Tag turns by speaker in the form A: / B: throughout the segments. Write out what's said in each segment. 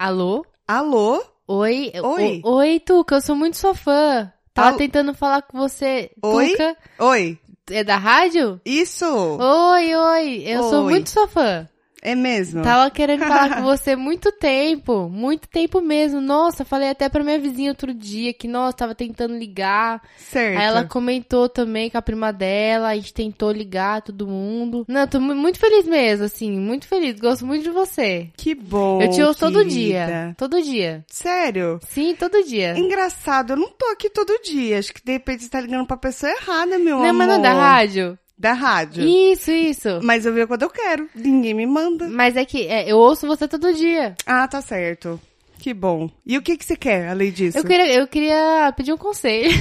A: Alô?
B: Alô?
A: Oi?
B: Oi?
A: O- oi, Tuca, eu sou muito sua fã. Tava
B: Al-
A: tentando falar com você.
B: Oi?
A: Tuca,
B: Oi.
A: é da rádio?
B: Isso!
A: Oi, oi, eu sou
B: Oi.
A: muito sua fã.
B: É mesmo?
A: Tava querendo falar com você muito tempo, muito tempo mesmo. Nossa, falei até pra minha vizinha outro dia que, nossa, tava tentando ligar.
B: Certo.
A: Aí ela comentou também com a prima dela, a gente tentou ligar todo mundo. Não, eu tô mu- muito feliz mesmo, assim, muito feliz. Gosto muito de você.
B: Que bom.
A: eu te ouço todo
B: querida.
A: dia. É. Todo dia.
B: Sério?
A: Sim, todo dia.
B: Engraçado, eu não tô aqui todo dia. Acho que de repente você tá ligando pra pessoa errada, meu
A: Não,
B: amor.
A: mas não da rádio.
B: Da rádio.
A: Isso, isso.
B: Mas eu vejo quando eu quero. Ninguém me manda.
A: Mas é que é, eu ouço você todo dia.
B: Ah, tá certo. Que bom. E o que que você quer, além disso?
A: Eu queria, eu queria pedir um conselho.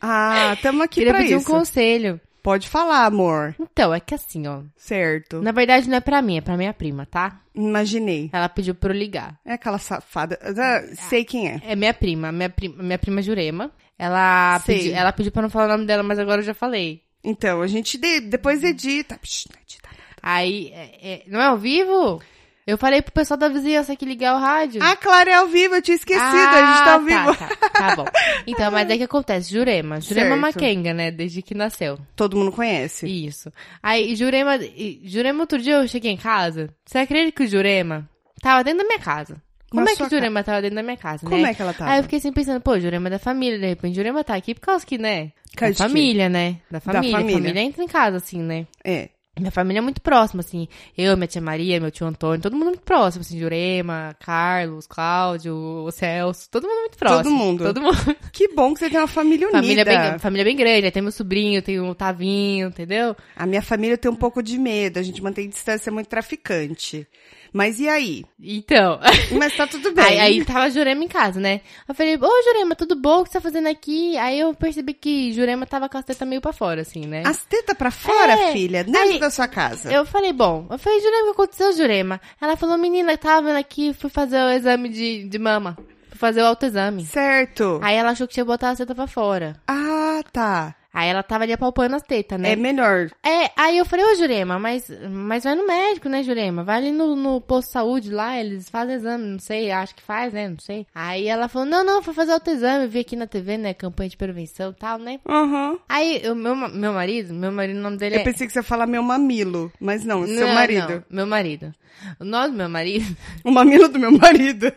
B: Ah, tamo aqui
A: queria
B: pra
A: pedir um
B: isso.
A: conselho.
B: Pode falar, amor.
A: Então, é que assim, ó.
B: Certo.
A: Na verdade, não é pra mim, é pra minha prima, tá?
B: Imaginei.
A: Ela pediu pra eu ligar.
B: É aquela safada. Ah, Sei quem é.
A: É minha prima, minha prima, minha prima Jurema. Ela
B: Sei.
A: pediu, ela pediu pra não falar o nome dela, mas agora eu já falei.
B: Então, a gente de- depois edita. Psh, não edita.
A: Aí, é- é- não é ao vivo? Eu falei pro pessoal da vizinhança que ligar o rádio.
B: Ah, claro, é ao vivo. Eu tinha esquecido. a gente tá ao vivo.
A: Tá, tá, tá bom. Então, mas é que acontece, Jurema. Jurema
B: Certo.
A: Maquenga, né? Desde que nasceu.
B: Todo mundo conhece.
A: Isso. Aí, Jurema. e- Jurema, outro dia eu cheguei em casa. Você acredita que o Jurema tava dentro da minha casa? Como
B: Na
A: é que
B: sua
A: o Jurema tava dentro da minha casa,
B: Como
A: né?
B: é que ela tá?
A: Aí eu fiquei sempre pensando, pô, Jurema é da família, de repente Jurema tá aqui por causa que, né?
B: Causa de quê?
A: da família, né? Da família.
B: família.
A: família entra em casa, assim, né?
B: É.
A: Minha família é muito próxima, assim. Eu, minha tia Maria, meu tio Antônio, todo mundo muito próximo, assim. Jurema, Carlos, Cláudio, o Celso, todo mundo muito próximo.
B: mundo.
A: Todo mundo.
B: Que bom que você tem uma família unida.
A: Família bem, família bem grande. Aí tem meu sobrinho, tem o Tavinho, entendeu?
B: A minha família tem um pouco de medo. A gente mantém distância é muito traficante. Mas e aí?
A: Então.
B: Mas tá tudo bem.
A: Aí, aí tava a Jurema em casa, né? Eu falei, ô Jurema, tudo bom? O que você tá fazendo aqui? Aí eu percebi que Jurema tava com a teta meio pra fora, assim, né?
B: As tetas pra fora,
A: É.
B: filha, dentro
A: Aí-
B: da sua casa.
A: Eu falei, bom, eu falei, Jurema, o que aconteceu, Jurema? Ela falou, menina, eu tava vendo aqui, fui fazer o exame de, de mama. Fui fazer o autoexame.
B: Certo.
A: Aí ela achou que tinha botado a teta pra fora.
B: Ah, tá.
A: Aí ela tava ali apalpando as tetas, né?
B: É melhor.
A: É, aí eu falei, ô Jurema, mas, mas vai no médico, né, Jurema? Vai ali no, no posto de saúde lá, eles fazem exame, não sei, acho que faz, né? Não sei. Aí ela falou, não, não, foi fazer autoexame, vi aqui na TV, né? Campanha de prevenção e tal, né?
B: Aham.
A: Aí o meu, ma- meu marido, meu marido, o nome dele é.
B: Eu pensei que você ia falar meu mamilo, mas não,
A: Não,
B: seu marido.
A: não, meu marido. O nome do meu marido.
B: O mamilo do meu marido.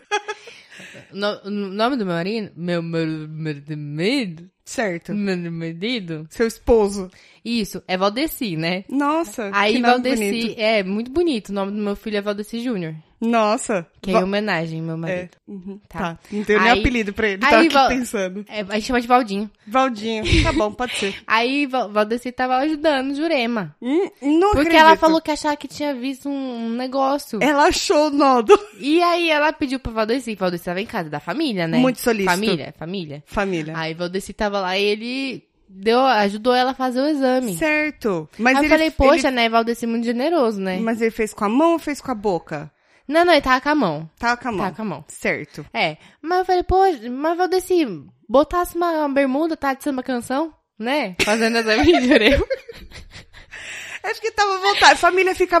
A: O no- o nome do meu marido. Meu marido. Meu marido.
B: Certo.
A: Meu marido.
B: Seu esposo.
A: Isso, é Valdeci, né?
B: Nossa, que
A: Aí
B: nome
A: Valdeci.
B: bonito.
A: É, muito bonito. O nome do meu filho é Valdeci Júnior.
B: Nossa.
A: Que é
B: Va-
A: em homenagem, ao meu
B: é.
A: marido.
B: Uhum,
A: Tá.
B: tá. Não tenho nem
A: Aí-
B: apelido pra ele,
A: aí,
B: tava aqui
A: Val-
B: pensando.
A: É, a gente chama de Valdinho.
B: Valdinho. Tá bom, pode ser.
A: Aí Val- Valdeci tava ajudando Jurema.
B: Hum, não
A: Porque
B: acredito. É.
A: ela falou que achava que tinha visto um um negócio.
B: Ela achou o nodo.
A: E aí ela pediu pra Valdeci. Valdeci tava em casa, da família, né?
B: Muito solícito. É.
A: Família, família.
B: Família.
A: Aí Valdeci tava lá e ele deu, ajudou ela a fazer o exame.
B: Certo. Mas
A: aí
B: ele,
A: eu falei,
B: ele-
A: poxa, né, Valdeci é muito generoso, né?
B: Mas ele fez com a mão ou fez com a boca?
A: Não, não, ele tava com a mão.
B: Tá com a mão.
A: Tava com a mão.
B: Certo.
A: É. Mas eu falei, poxa, mas Valdeci, botasse uma bermuda, tá de samba canção, né? Fazendo exame de Jurema.
B: Acho que tava à vontade. Família fica à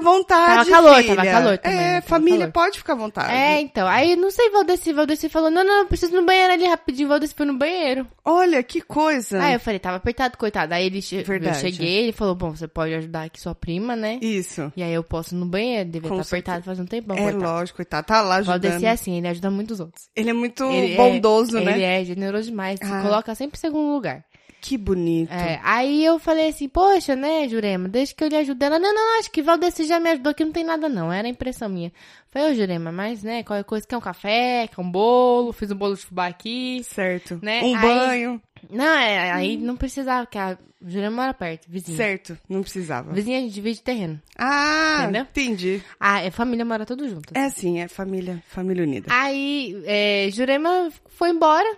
A: Tava
B: vontade.
A: calor,
B: filha.
A: tava calor também,
B: É,
A: né? Tava
B: família
A: calor.
B: pode ficar à vontade.
A: É, então. Aí não sei, Valdeci. Valdeci falou: não, não, não, preciso ir no banheiro ali rapidinho. Valdeci foi no banheiro.
B: Olha, que coisa.
A: Aí eu falei: tava apertado, coitado. Aí ele che eu
B: Ah. Verdade.
A: cheguei, ele falou: bom, você pode ajudar aqui sua prima, né?
B: Isso.
A: E aí eu posso ir no banheiro. Devia
B: Com
A: estar apertado faz um tempão.
B: é
A: coitado.
B: lógico, coitado. Tá lá ajudando.
A: Valdeci é assim, ele ajuda muito os outros.
B: Ele é muito
A: Ele é-
B: bondoso, né?
A: Ele é generoso demais, se
B: Ah.
A: coloca sempre em segundo lugar.
B: Que bonito.
A: É, aí eu falei assim, poxa, né, Jurema, deixa que eu lhe ajude. Ela, não, não, acho que Valdeci já me ajudou aqui, não tem nada não, era impressão minha. Falei, ô Jurema, mas, né, qualquer coisa, quer um café, quer um bolo, fiz um bolo de fubá aqui.
B: Certo.
A: Né?
B: Um
A: Aí-
B: banho.
A: Não, é, aí não precisava, porque a Jurema mora perto, vizinha.
B: Hum. Certo. Não precisava.
A: Vizinha, a gente divide terreno.
B: Ah,
A: Entendeu?
B: entendi.
A: Ah, é, família mora tudo junto.
B: É assim, é família, família unida.
A: Aí, é, Jurema foi embora,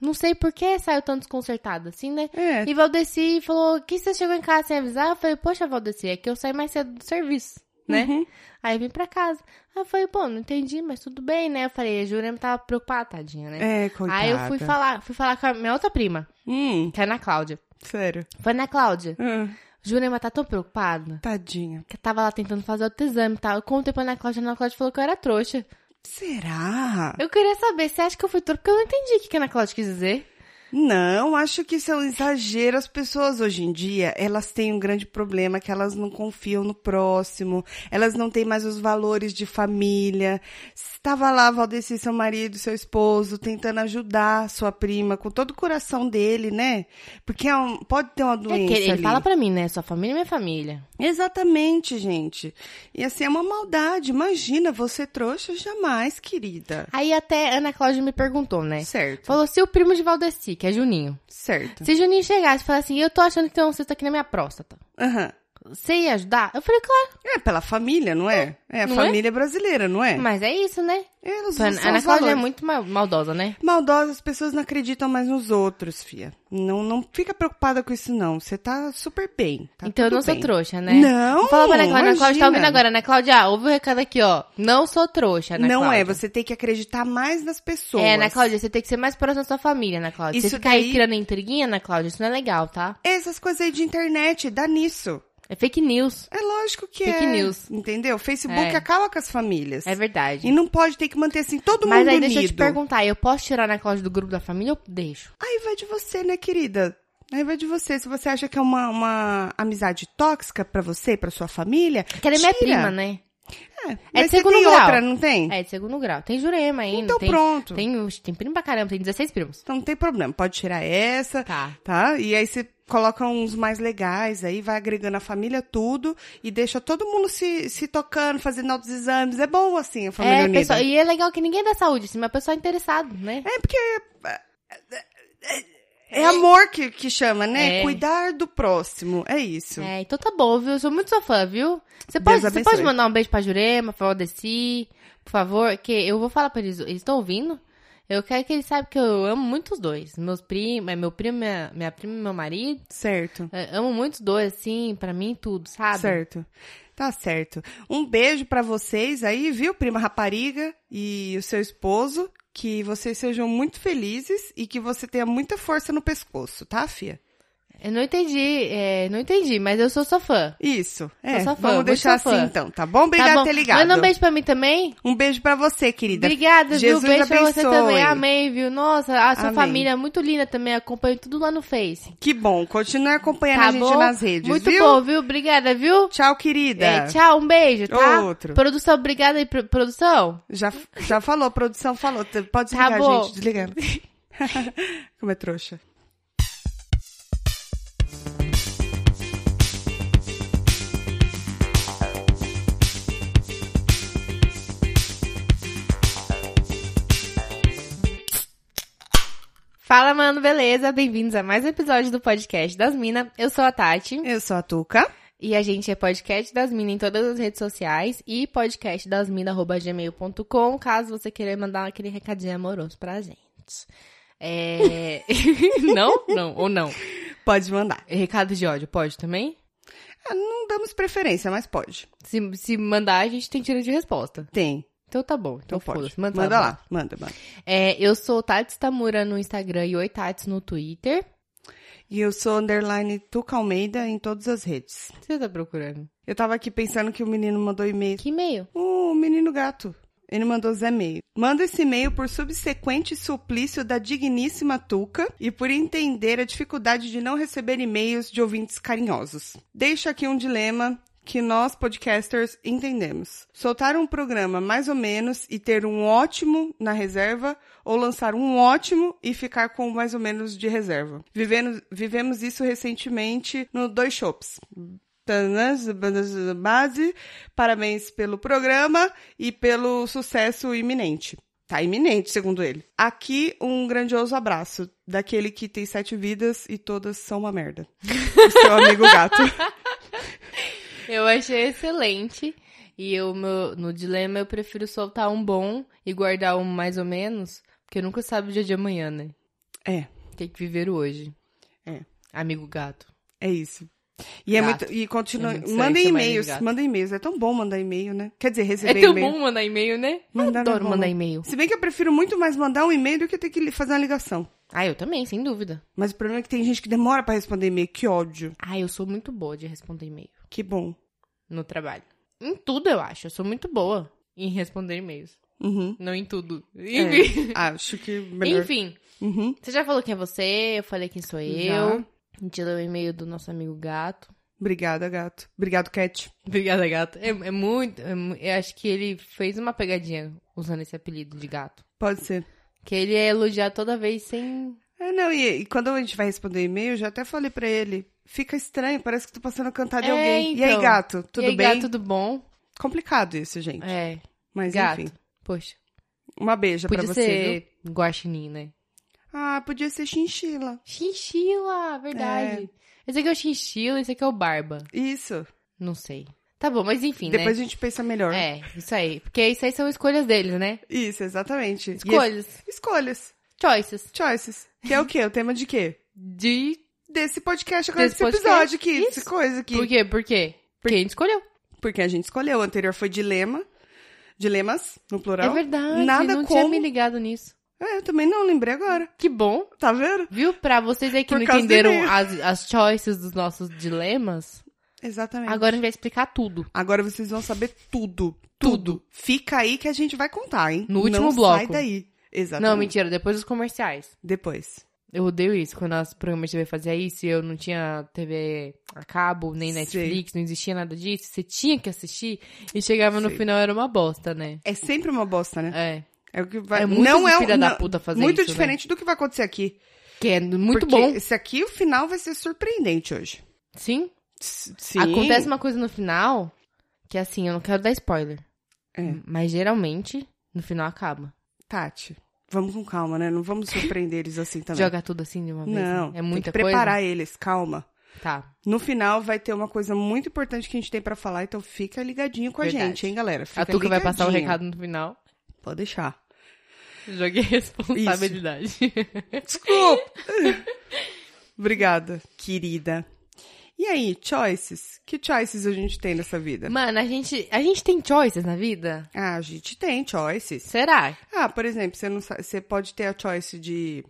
A: não sei por que saiu tão desconcertada assim, né?
B: É.
A: E Valdeci falou, que você chegou em casa sem avisar? Eu falei, poxa, Valdeci, é que eu saí mais cedo do serviço, né?
B: Uhum.
A: Aí eu vim pra casa. Aí eu falei, pô, não entendi, mas tudo bem, né? Eu falei, a Jurema tava preocupada, tadinha, né?
B: É, coitada.
A: Aí eu fui falar, fui falar com a minha outra prima,
B: Hum,
A: que é a Ana Cláudia.
B: sério.
A: Foi Ana Cláudia.
B: Ah,
A: Jurema tá tão preocupada
B: tadinha.
A: tá?" que eu tava lá tentando fazer outro exame e tal. Eu contei pra Ana Cláudia, a Ana Cláudia falou que eu era trouxa.
B: Será?
A: Eu queria saber, você acha que eu fui torto? Porque eu não entendi o que que a Ana Cláudia quis dizer.
B: Não, acho que isso é um exagero. As pessoas hoje em dia, elas têm um grande problema que elas não confiam no próximo, elas não têm mais os valores de família. Estava lá Valdeci, seu marido, seu esposo, tentando ajudar sua prima com todo o coração dele, né? Porque é um- pode ter uma
A: É
B: doença
A: que ele
B: ali.
A: fala pra mim, né? Sua família é minha família.
B: Exatamente, gente. E assim, é uma maldade. Imagina, você trouxa jamais, querida.
A: Aí até a Ana Cláudia me perguntou, né?
B: Certo,
A: Falou, se o primo de Valdeci, que é Juninho,
B: certo.
A: se Juninho chegasse e falasse assim, eu tô achando que tem um cisto aqui na minha próstata,
B: Aham.
A: você ia ajudar? Eu falei, claro,
B: É pela família, não é? É a
A: Não é?
B: família brasileira, não é?
A: mas é isso, né?
B: Elas
A: A
B: não são
A: Ana
B: os
A: Cláudia é
B: valores.
A: muito ma- maldosa, né?
B: Maldosa, as pessoas não acreditam mais nos outros, fia. Não, não fica preocupada com isso, não. Você tá super bem. tá
A: então eu
B: tudo
A: não sou
B: bem.
A: trouxa, né?
B: Não,
A: Vou falar pra Ana Cláudia, Ana Cláudia tá ouvindo
B: imagina.
A: agora, Ana Cláudia, ouve o recado aqui, ó. Não sou trouxa, Ana
B: Não
A: Cláudia.
B: é, você tem que acreditar mais nas pessoas.
A: É, Ana Cláudia, você tem que ser mais próxima da sua família, Ana Cláudia.
B: Isso
A: você ficar aí
B: daí-
A: criando intriguinha, Ana Cláudia, isso não é legal, tá?
B: Essas coisas aí de internet, dá nisso.
A: É fake news.
B: É lógico que
A: Fake
B: é.
A: news.
B: Entendeu? Facebook
A: É.
B: acaba com as famílias.
A: É verdade.
B: E não pode ter que manter assim todo
A: Mas
B: mundo
A: aí
B: unido.
A: deixa eu te perguntar, eu posso tirar a Ana Cláudia do grupo da família? Eu deixo.
B: Aí vai de você, né, querida? Aí vai de você. Se você acha que é uma, uma amizade tóxica pra você e pra sua família.
A: Porque ela é minha
B: tira.
A: prima, né?
B: É,
A: É
B: mas você
A: segundo
B: tem
A: grau.
B: outra, não tem?
A: É, de segundo grau. Tem Jurema ainda.
B: então
A: tem,
B: pronto.
A: Tem, oxe, tem primo pra caramba, tem 16 primos.
B: Então não tem problema. Pode tirar essa,
A: Tá.
B: tá? E aí você coloca uns mais legais, aí vai agregando a família tudo e deixa todo mundo se, se tocando, fazendo altos exames. É bom assim a família
A: É,
B: unida.
A: pessoal, e é legal que ninguém é da saúde, assim, mas o pessoal é interessado, né?
B: É porque. É amor que, que chama, né?
A: É.
B: Cuidar do próximo. É isso.
A: É, então tá bom, viu? Eu sou muito sua fã, viu? Você pode,
B: Deus
A: você
B: abençoe.
A: pode mandar um beijo pra Jurema, pra Odessi, por favor, que eu vou falar pra eles, eles estão ouvindo. Eu quero que eles saibam que eu amo muito os dois. Meus primos, meu primo, minha, minha prima e meu marido.
B: Certo.
A: É, amo muito os dois, assim, pra mim tudo, sabe?
B: Certo. Tá certo. Um beijo pra vocês aí, viu, prima rapariga e o seu esposo. Que vocês sejam muito felizes e que você tenha muita força no pescoço, tá, fia?
A: Eu não entendi, é, não entendi, mas eu sou sua fã.
B: Isso. É,
A: Sou sua fã,
B: vamos
A: muito
B: deixar
A: sua fã.
B: assim então, tá bom? Obrigada
A: tá bom.
B: por ter ligado.
A: Manda um beijo pra mim também.
B: Um beijo pra você, querida.
A: Obrigada,
B: Jesus
A: viu? Beijo pra você
B: abençoe.
A: também. Amém, viu? Nossa, a sua
B: Amém.
A: família é muito linda também. Acompanho tudo lá no Face.
B: Que bom. Continue acompanhando
A: tá
B: a gente
A: bom?
B: nas redes,
A: muito
B: viu?
A: bom, viu? Obrigada, viu?
B: Tchau, querida.
A: É, tchau, um beijo, tá?
B: Outro.
A: Produção, obrigada aí, pro- produção.
B: Já, já falou, produção falou. T- Pode
A: Tá
B: desligar,
A: bom.
B: gente. Desligando. Como é trouxa.
A: Fala, mano, beleza? Bem-vindos a mais um episódio do podcast das Minas. Eu sou a Tati
B: Eu sou a Tuca.
A: e a gente é podcast das Minas em todas as redes sociais e podcastdasmina.gmail.com, caso você queira mandar aquele recadinho amoroso pra gente. É... não? Não, ou não?
B: Pode mandar.
A: Recado de ódio, pode também?
B: Ah, Não damos preferência, mas pode.
A: Se, se mandar, a gente tem tiro de resposta.
B: Tem.
A: Então tá bom, então
B: Então pode.
A: foda-se.
B: Manda,
A: tá bom.
B: lá. Manda, manda.
A: É, eu sou Tati Tamura no Instagram e Oi Tats no Twitter.
B: E eu sou underline Tuca Almeida em todas as redes.
A: Você tá procurando?
B: Eu tava aqui pensando que o menino mandou e-mail.
A: Que e-mail?
B: O menino gato. Ele mandou Zé e-mail. Manda esse e-mail por subsequente suplício da digníssima Tuca e por entender a dificuldade de não receber e-mails de ouvintes carinhosos. Deixo aqui um dilema que nós, podcasters, entendemos. Soltar um programa mais ou menos e ter um ótimo na reserva ou lançar um ótimo e ficar com o mais ou menos de reserva. Vivendo- vivemos isso recentemente no Dois Shops. Tanãs, bandas da Base, parabéns pelo programa e pelo sucesso iminente. Tá iminente, segundo ele. Aqui, um grandioso abraço daquele que tem sete vidas e todas são uma merda. é O seu amigo gato.
A: Eu achei excelente. E eu, meu, no dilema eu prefiro soltar um bom e guardar um mais ou menos, porque eu nunca sabe o dia de amanhã, né?
B: É,
A: Tem que viver o hoje.
B: É.
A: Amigo gato.
B: é isso. E é
A: Gato.
B: muito. E continua.
A: É muito estranho
B: mandem
A: chamar ele de
B: e-mails,
A: gato.
B: mandem e-mails. É tão bom mandar e-mail, né? Quer dizer,
A: é
B: receber
A: tão
B: e-mail.
A: bom mandar e-mail, né?
B: Mandar
A: Adoro
B: é bom,
A: mandar
B: né?
A: e-mail.
B: Se bem que eu prefiro muito mais mandar um e-mail do que ter que fazer uma ligação.
A: Ah, eu também, sem dúvida.
B: Mas o problema é que tem gente que demora pra responder e-mail. Que ódio.
A: Ah, eu sou muito boa de responder e-mail
B: Que bom.
A: no trabalho. Em tudo, eu acho. Eu sou muito boa em responder e-mails.
B: Uhum.
A: Não em tudo. Enfim.
B: Acho que melhor.
A: Enfim,
B: Uhum.
A: você já falou quem é você, eu falei quem sou eu. A gente leu o e-mail do nosso amigo gato.
B: Obrigada, gato. Obrigado, Cat.
A: Obrigada, gato. É, é muito. é mu- eu acho que ele fez uma pegadinha usando esse apelido de gato.
B: Pode ser.
A: Que ele ia elogiar toda vez sem.
B: É, não, e, e quando a gente vai responder e-mail, eu já até falei pra ele. Fica estranho, parece que tô passando a cantar de
A: É,
B: alguém. E
A: então.
B: aí, gato?
A: E
B: Tudo
A: aí,
B: bem?
A: gato, tudo bom?
B: Complicado isso, gente.
A: É,
B: Mas
A: gato.
B: enfim.
A: Poxa,
B: Uma beija pra
A: podia
B: você, viu?
A: ser guaxinim, né?
B: Ah, podia ser chinchila.
A: Chinchila, verdade. Esse aqui é o chinchila, esse aqui é o barba.
B: Isso.
A: Não sei. Tá bom, mas enfim,
B: Depois a gente pensa melhor.
A: né? É, isso aí. Porque isso aí são escolhas deles, né?
B: Isso, exatamente. E
A: Escolhas.
B: esse- escolhas.
A: Choices.
B: Choices. Que é o quê? O tema de quê?
A: De.
B: Desse podcast agora,
A: Desse
B: desse, episódio
A: podcast,
B: aqui.
A: isso.
B: Dessa coisa aqui.
A: Por quê? Por quê? Porque a gente escolheu.
B: Porque a gente escolheu. O anterior foi dilema. Dilemas, no
A: É
B: plural.
A: verdade.
B: Nada
A: não tinha
B: como-
A: me ligado nisso.
B: É, eu também não lembrei agora.
A: Que bom.
B: Tá vendo?
A: Viu? Pra vocês aí que
B: Por
A: não
B: causa do
A: entenderam
B: e-mail.
A: as, as choices dos nossos dilemas,
B: Exatamente.
A: agora a gente vai explicar tudo.
B: Agora vocês vão saber tudo.
A: Tudo.
B: Tudo. Fica aí que a gente vai contar, hein?
A: No último
B: Não Sai
A: bloco.
B: daí. Exatamente.
A: Não, mentira, depois dos comerciais.
B: Depois.
A: Eu odeio isso, quando as programas de TV fazia isso e eu não tinha TV a cabo, nem
B: Sei.
A: Netflix, não existia nada disso. Você tinha que assistir e chegava no
B: Sei.
A: final era uma bosta, né?
B: É sempre uma bosta,
A: É.
B: né? É, o que vai...
A: é muito
B: não
A: de
B: é um-
A: filha da
B: não-
A: puta fazer
B: Muito
A: isso, né?
B: diferente do que vai acontecer aqui.
A: Que é muito
B: Porque
A: bom.
B: Esse aqui, o final vai ser surpreendente hoje.
A: Sim.
B: S- Sim.
A: Acontece uma coisa no final que assim, eu não quero dar spoiler.
B: É.
A: Mas geralmente, no final acaba.
B: Tati, vamos com calma, né? Não vamos surpreender eles assim também.
A: Joga tudo assim de uma vez. né?
B: Não.
A: É muita
B: tem que preparar eles, calma.
A: coisa. Tá.
B: No final vai ter uma coisa muito importante que a gente tem pra falar, então fica ligadinho com
A: Verdade.
B: a gente, hein, galera? Fica
A: a Tuca vai passar o
B: ligadinho.
A: recado no final.
B: Pode deixar.
A: Joguei responsabilidade.
B: Desculpa! Obrigada, querida. E aí, choices? Que choices a gente tem nessa vida?
A: Mano, a gente, a gente tem choices na vida?
B: Ah, a gente tem choices.
A: Será?
B: Ah, por exemplo, você, não sa- você pode ter a choice de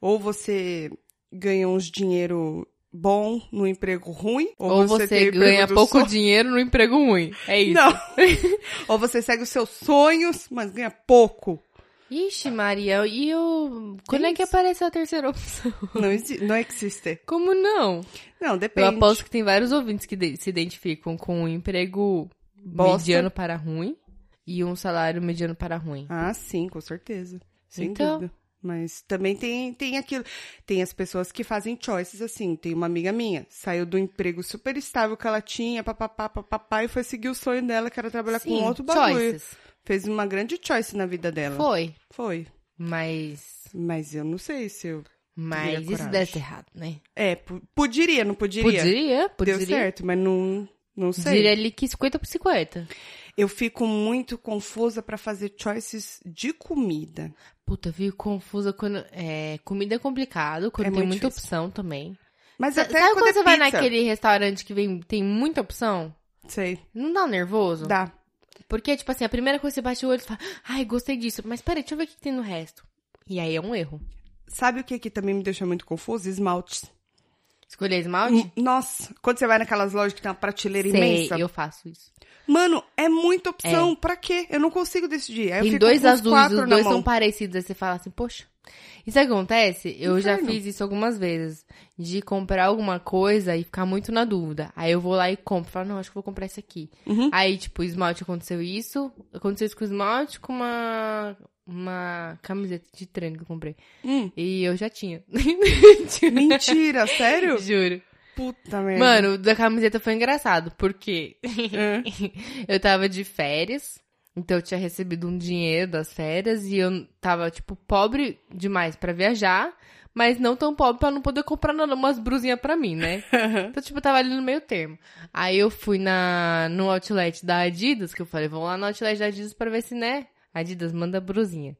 B: ou você ganha uns dinheiro bom no emprego ruim, ou,
A: Ou você,
B: tem o emprego
A: ganha
B: do
A: pouco
B: sonho.
A: dinheiro no emprego ruim. É isso.
B: Não. ou você segue os seus sonhos, mas ganha pouco.
A: Ixi, Maria, e o. Quando é que
B: isso?
A: apareceu a terceira opção?
B: Não, exi- não existe.
A: Como não?
B: Não,
A: Eu
B: depende.
A: aposto que tem vários ouvintes que de- se identificam com um emprego
B: Bosta.
A: mediano para ruim e um salário mediano para ruim.
B: Ah, sim, com certeza. Sem
A: Então.
B: dúvida. Mas também tem, tem aquilo. Tem as pessoas que fazem choices assim. Tem uma amiga minha, saiu do emprego super estável que ela tinha, papapá, papapá, e foi seguir o sonho dela, que era trabalhar com
A: Sim,
B: outro bagulho.
A: choices.
B: Fez uma grande choice na vida dela.
A: Foi,
B: Foi.
A: mas.
B: Mas eu não sei se eu. Teria
A: Mas isso
B: coragem.
A: deve ser errado, né?
B: É, pu- poderia, não poderia.
A: Podia, podia.
B: Deu certo, mas não, não sei.
A: Diria ali que 50 por 50.
B: Eu fico muito confusa pra fazer choices de comida.
A: Puta, eu fico confusa quando. É, comida é complicado, quando
B: É
A: tem
B: muito
A: muita
B: difícil.
A: opção também.
B: Mas
A: Sa-
B: até
A: Sabe
B: quando,
A: quando
B: é
A: você vai
B: pizza.
A: naquele restaurante que vem, tem muita opção?
B: Sei.
A: Não dá um nervoso?
B: Dá.
A: Porque, tipo assim, a primeira coisa que você bate o olho e fala, ai, gostei disso, mas peraí, deixa eu ver o que que tem no resto. E aí é um erro.
B: Sabe o que que também me deixa muito confuso? Esmaltes.
A: Escolher esmalte?
B: N- Nossa, quando você vai naquelas lojas que tem uma prateleira
A: Sei,
B: Hum, imensa.
A: eu faço isso.
B: Mano, é muita opção. Pra quê? Eu não consigo decidir. Aí eu
A: tem
B: fico
A: dois
B: com uns
A: azuis,
B: quatro
A: os
B: na
A: dois
B: mão.
A: são parecidos, aí você fala assim, poxa. Isso acontece, eu já
B: Inferno.
A: fiz isso algumas vezes, de comprar alguma coisa e ficar muito na dúvida. Aí eu vou lá e compro, falo, não, acho que vou comprar esse aqui.
B: Uhum.
A: Aí, tipo, esmalte aconteceu isso, aconteceu isso com esmalte, com uma, uma camiseta de treino que eu comprei.
B: Hum.
A: E eu já tinha.
B: Mentira, sério?
A: Juro.
B: Puta merda.
A: Mano, o da camiseta foi engraçado, porque
B: É.
A: eu tava de férias, então eu tinha recebido um dinheiro das férias e eu tava, tipo, pobre demais pra viajar, mas não tão pobre pra não poder comprar nada, umas brusinhas pra mim, né? Então, tipo, eu tava ali no meio termo. Aí eu fui na, no outlet da Adidas, que eu falei, vamos lá no outlet da Adidas pra ver se, né? Adidas, manda brusinha.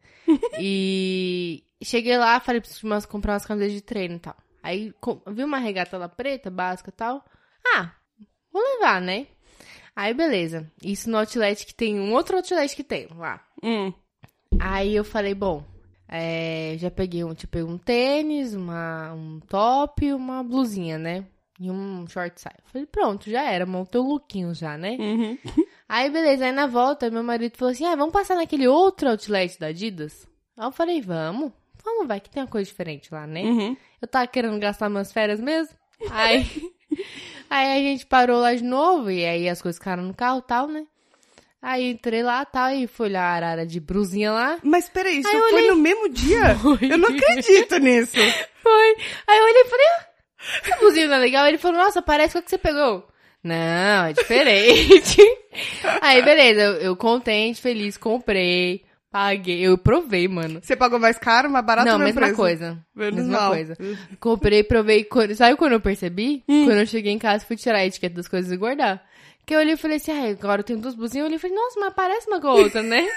A: e cheguei lá, falei, preciso de umas- comprar umas camisas de treino e tal. Aí com- vi uma regata lá preta, básica e tal. Ah, vou levar, né? Aí beleza. Isso no outlet que tem um outro outlet que tem lá.
B: Hum.
A: Aí eu falei, bom, é, já peguei um, tipo, um tênis, uma, um top e uma blusinha, né? E um short saio. Falei, pronto, já era, montei o lookinho já, né?
B: Uhum.
A: Aí, beleza. Aí na volta, meu marido falou assim: ah, vamos passar naquele outro outlet da Adidas? Aí eu falei: vamos. Vamos, vai, que tem uma coisa diferente lá, né?
B: Uhum.
A: Eu tava querendo gastar minhas férias mesmo. Aí, aí a gente parou lá de novo e aí as coisas ficaram no carro e tal, né? Aí entrei lá tal e fui olhar a arara de brusinha lá.
B: Mas peraí, isso
A: Aí eu
B: foi
A: olhei-
B: no mesmo dia?
A: Foi.
B: Eu não acredito nisso.
A: Foi. Aí eu olhei e falei, ah, essa blusinha não é legal. Ele falou, nossa, parece com a que você pegou. Não, é diferente. Aí, beleza, eu, eu contente, feliz, comprei, paguei, eu provei, mano.
B: Você pagou mais caro, mais barato
A: não,
B: ou
A: mesma
B: preço?
A: coisa.
B: Menos
A: mesma
B: mal.
A: coisa. Comprei, provei. quando- Sabe quando eu percebi?
B: Hum.
A: Quando eu cheguei em casa, fui tirar a etiqueta das coisas e guardar. Que eu olhei e falei assim, ah, agora eu tenho duas blusinhas. Eu olhei e falei, nossa, mas parece uma com a outra, né?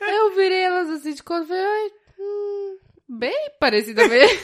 A: Aí eu virei elas assim de cor e falei, ai, hum, bem parecida mesmo.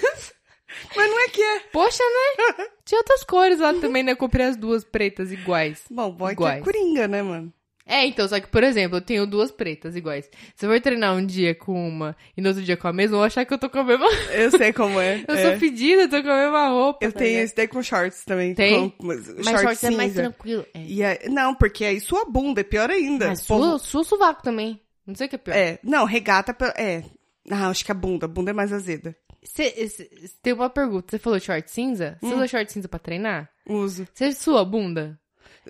B: Mas não é que é.
A: Poxa, né? Tinha outras cores lá também, né? Eu comprei as duas pretas iguais.
B: Bom, boy que é
A: Iguais.
B: coringa, né, mano?
A: É, então, só que, por exemplo, eu tenho duas pretas iguais. Se eu for treinar um dia com uma e no outro dia com a mesma, eu vou achar que eu tô com a mesma.
B: Eu sei como é.
A: Eu
B: é.
A: sou fedida, eu tô com a mesma roupa.
B: Eu
A: tá
B: tenho
A: ligado?
B: esse daí com shorts também.
A: Tem?
B: Com, mas
A: Mas shorts é
B: cinza.
A: mais tranquilo. É.
B: E aí- não, porque aí sua bunda é pior ainda.
A: Mas
B: O povo-
A: sua, sua sovaco também. Não sei o que é pior.
B: É, não, regata pe- é. Ah, acho que a bunda, a bunda é mais azeda.
A: Cê- cê- tem uma pergunta. Você falou short cinza?
B: Hum.
A: Você usa short cinza pra treinar?
B: Uso.
A: Você sua bunda?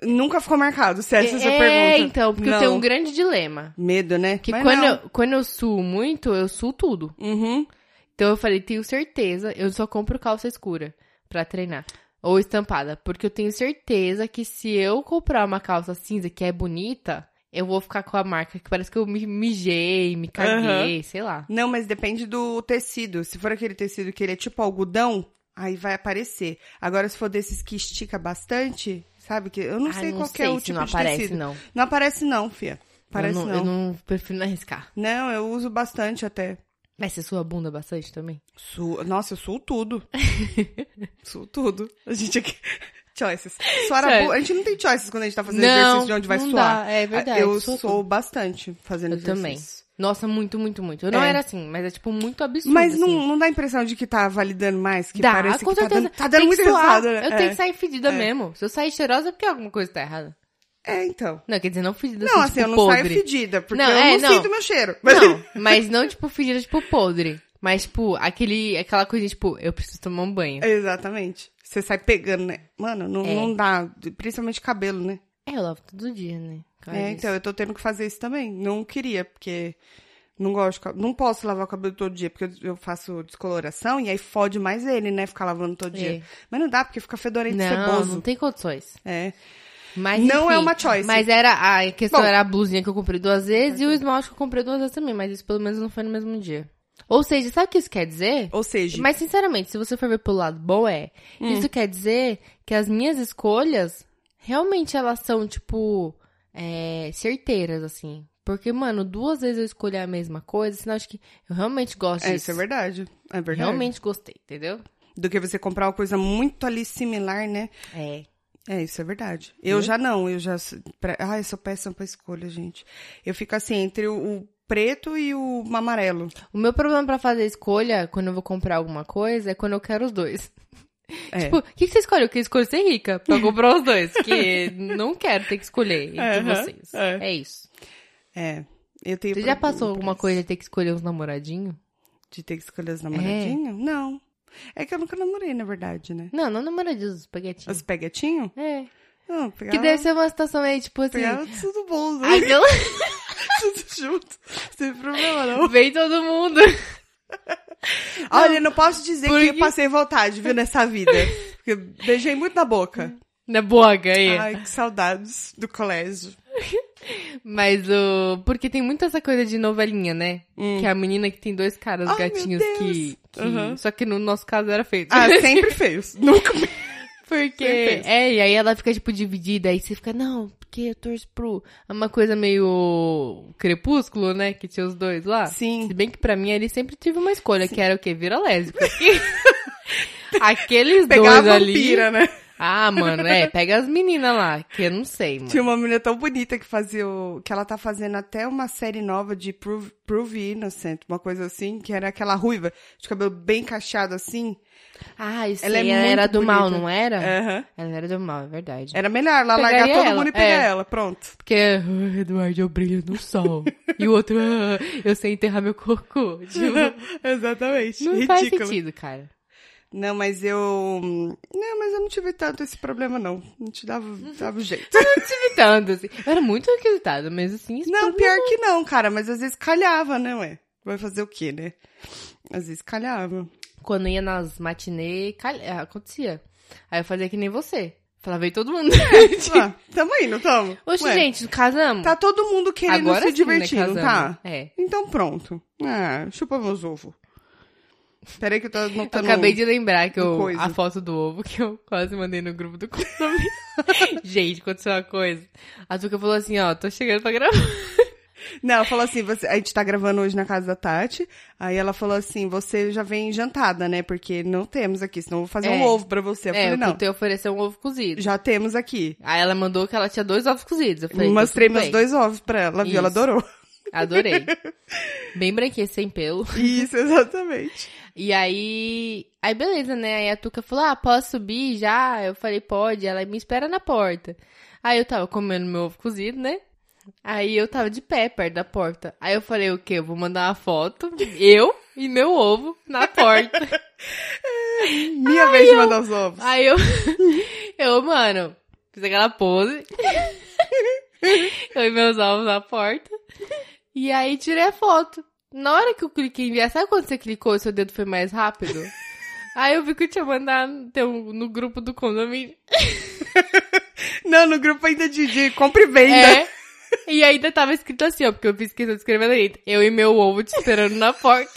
B: Nunca ficou marcado, se essa é a sua
A: é,
B: pergunta.
A: então, porque
B: não.
A: eu tenho um grande dilema.
B: medo, né?
A: Que
B: Mas
A: quando
B: não.
A: eu, quando eu suo muito, eu suo tudo.
B: Uhum.
A: Então eu falei, tenho certeza, eu só compro calça escura pra treinar. Ou estampada. Porque eu tenho certeza que se eu comprar uma calça cinza que é bonita, eu vou ficar com a marca que parece que eu me mijei, me caguei, sei lá.
B: Não, mas depende do tecido. Se for aquele tecido que ele é tipo algodão, aí vai aparecer. Agora, se for desses que estica bastante, sabe? Que eu não
A: Ah,
B: sei qual que é
A: sei
B: o
A: se
B: tipo
A: não
B: de
A: aparece,
B: tecido.
A: não.
B: Não aparece não, fia. Aparece
A: eu não,
B: não.
A: Eu não prefiro não arriscar.
B: Não, eu uso bastante até.
A: Mas você sua bunda bastante também?
B: Su... Nossa, eu suo tudo. suo tudo. A gente aqui. Choices. Suar a
A: Sério.
B: bunda. A gente não tem choices quando a gente tá fazendo
A: Não,
B: exercício de onde vai
A: não
B: suar.
A: dá, é verdade,
B: Eu
A: sua
B: sou
A: tudo.
B: bastante fazendo
A: Eu também.
B: exercício.
A: Nossa, muito, muito, muito. Eu não
B: É.
A: era assim, mas é tipo muito absurdo.
B: Mas não,
A: assim.
B: não dá a impressão de que tá validando mais? Que
A: dá,
B: parece
A: com
B: que tá
A: certeza.
B: dando, tá dando
A: Tem que
B: muito
A: suar.
B: resultado, né?
A: Eu
B: é.
A: tenho que sair fedida
B: É.
A: mesmo. Se eu sair cheirosa é porque alguma coisa tá errada.
B: É, então.
A: Não, quer dizer, não fedida
B: Não, assim,
A: assim, tipo,
B: eu não
A: podre.
B: saio fedida, porque
A: Não,
B: eu
A: é,
B: não,
A: não.
B: sinto meu cheiro. Mas
A: Não, mas não tipo fedida tipo podre. Mas tipo, aquele, aquela coisa tipo, eu preciso tomar um banho.
B: É. Exatamente. Você sai pegando, né? Mano, não,
A: É.
B: não dá. Principalmente cabelo, né?
A: É, eu lavo todo dia, né? Cara,
B: É,
A: isso.
B: então, eu tô tendo que fazer isso também. Não queria, porque não gosto. de cab- Não posso lavar o cabelo todo dia, porque eu- eu faço descoloração e aí fode mais ele, né? Ficar lavando todo
A: É.
B: dia. Mas não dá, porque fica fedorento e
A: Não,
B: ceboso.
A: não tem condições.
B: É.
A: Mas,
B: Não
A: enfim,
B: é uma choice.
A: Mas era a questão
B: Bom.
A: era a blusinha que eu comprei duas vezes e o esmalte que eu comprei duas vezes também, mas isso pelo menos não foi no mesmo dia. Ou seja, sabe o que isso quer dizer?
B: Ou seja,
A: Mas sinceramente, se você for ver pelo lado bom é, isso quer dizer que as minhas escolhas realmente elas são tipo é, certeiras assim. Porque, mano, duas vezes eu escolher a mesma coisa, senão acho que eu realmente gosto
B: é,
A: disso.
B: isso é verdade. É verdade.
A: Realmente gostei, entendeu?
B: Do que você comprar uma coisa muito ali similar, né?
A: É.
B: É, isso é verdade. Eu
A: Viu?
B: já não, eu já. pra- Ah, eu sou péssima pra escolha, gente. Eu fico assim, entre o, o preto e o amarelo.
A: O meu problema pra fazer escolha quando eu vou comprar alguma coisa é quando eu quero os dois.
B: É.
A: Tipo, o que que você escolhe? Eu quero escolher ser rica pra comprar os dois. Que não quero ter que escolher entre
B: Aham,
A: vocês.
B: é.
A: É, isso.
B: É. Eu tenho
A: Você já
B: pro-
A: passou alguma
B: preço.
A: coisa de ter que escolher uns namoradinhos?
B: De ter que escolher
A: É.
B: os namoradinhos? Não. É que eu nunca namorei, na verdade, né?
A: Não, não namoradinhos, os espaguetinhos.
B: Os peguetinhos?
A: É.
B: Não, pegava.
A: Que deve ser uma situação meio tipo assim.
B: Pegava tudo bom, né?
A: Ai, pelo
B: tudo junto. Sem problema, não.
A: Vem todo mundo.
B: Olha, eu não posso dizer que eu
A: Porque-
B: passei vontade, viu, nessa vida. Porque eu beijei muito na boca.
A: Na boga aí.
B: Ai, que saudades do colégio.
A: Mas o. Porque tem muito essa coisa de novelinha, né? Que é a menina que tem dois caras
B: Hum. Ai, meu
A: gatinhos que. que-
B: Uhum.
A: Só que no nosso caso era feito.
B: Ah, sempre feios. Nunca me
A: Porque.
B: Certeza.
A: É, e aí ela fica, tipo, dividida. Aí você fica, não, porque eu torço pro. É uma coisa meio. Crepúsculo, né? Que tinha os dois lá.
B: Sim.
A: Se bem que pra mim ele sempre tive uma escolha, que era o quê? Vira lésbica. Aqueles
B: pegava
A: dois ali.
B: vampira, né?
A: Ah, mano, é, pega as meninas lá, que eu não sei, mano.
B: Tinha uma menina tão bonita que fazia o... que ela tá fazendo até uma série nova de Prove, Prove Innocent, uma coisa assim, que era aquela ruiva, de cabelo bem cacheado assim.
A: Ah, isso
B: Ela é
A: aí, ela era
B: muito
A: do mal,
B: bonita. É.
A: não era?
B: Aham.
A: Ela era do mal, é verdade.
B: Era melhor lá
A: Pegaria
B: largar todo
A: ela,
B: mundo e pegar
A: é.
B: ela, pronto.
A: Porque "Ah, Eduardo, eu brilho no sol. e o outro, "Ah, eu sei enterrar meu cocô. Tipo,
B: Exatamente.
A: não faz
B: Ridículo.
A: sentido, cara.
B: Não, mas eu. Não, mas eu não tive tanto esse problema, não. Não te dava,
A: Uhum.
B: dava jeito.
A: Tanto, assim. Eu era muito requisitada, mas assim... esse
B: Não,
A: problema-
B: pior que não, cara, mas às vezes calhava, né, ué? Vai fazer o quê, né? Às vezes calhava.
A: Quando ia nas matinês, cal- acontecia. Aí eu fazia que nem você. Falava, veio todo mundo.
B: Ah, tamo aí, não tamo?
A: Oxe,
B: Ué,
A: gente, casamos.
B: Tá todo mundo querendo
A: Agora
B: se
A: sim,
B: divertir,
A: né,
B: não
A: casamos.
B: tá?
A: É.
B: Então pronto. Ah, chupa meus ovos. Peraí que eu tô
A: Eu
B: anotando.
A: acabei de lembrar que
B: no
A: eu,
B: Tá coisa.
A: a foto do ovo que eu quase mandei no grupo do condomínio. Gente, aconteceu uma coisa. A Tuca falou assim, ó, tô chegando pra gravar.
B: Não, ela falou assim, você- a gente tá gravando hoje na casa da Tati. Aí ela falou assim, você já vem jantada, né? Porque não temos aqui, senão eu vou fazer um
A: É.
B: ovo pra você. Eu
A: é,
B: falei,
A: eu
B: não,
A: tentei oferecer um ovo cozido.
B: já temos aqui.
A: Aí ela mandou que ela tinha dois ovos cozidos. Eu falei,
B: Mostrei
A: tá tudo
B: meus
A: bem.
B: dois ovos pra ela, viu? Ela
A: Isso.
B: adorou.
A: Adorei. Bem branquinho, sem pelo.
B: Isso, exatamente.
A: E aí. Aí beleza, né? Aí a Tuca falou: Ah, posso subir já? Eu falei: Pode. Ela me espera na porta. Aí eu tava comendo meu ovo cozido, né? Aí eu tava de pé perto da porta. Aí eu falei: O quê? Eu vou mandar uma foto, eu e meu ovo na porta.
B: Minha vez de mandar os ovos.
A: Aí eu. Eu, mano, fiz aquela pose. eu e meus ovos na porta. E aí tirei a foto. Na hora que eu cliquei em enviar, sabe quando você clicou e seu dedo foi mais rápido? Aí eu vi que eu tinha mandado ter um- no grupo do condomínio.
B: Não, no grupo ainda de, de compra e venda.
A: É. E ainda tava escrito assim, ó, porque eu fiz questão de escrever direito. Eu e meu ovo te esperando na porta.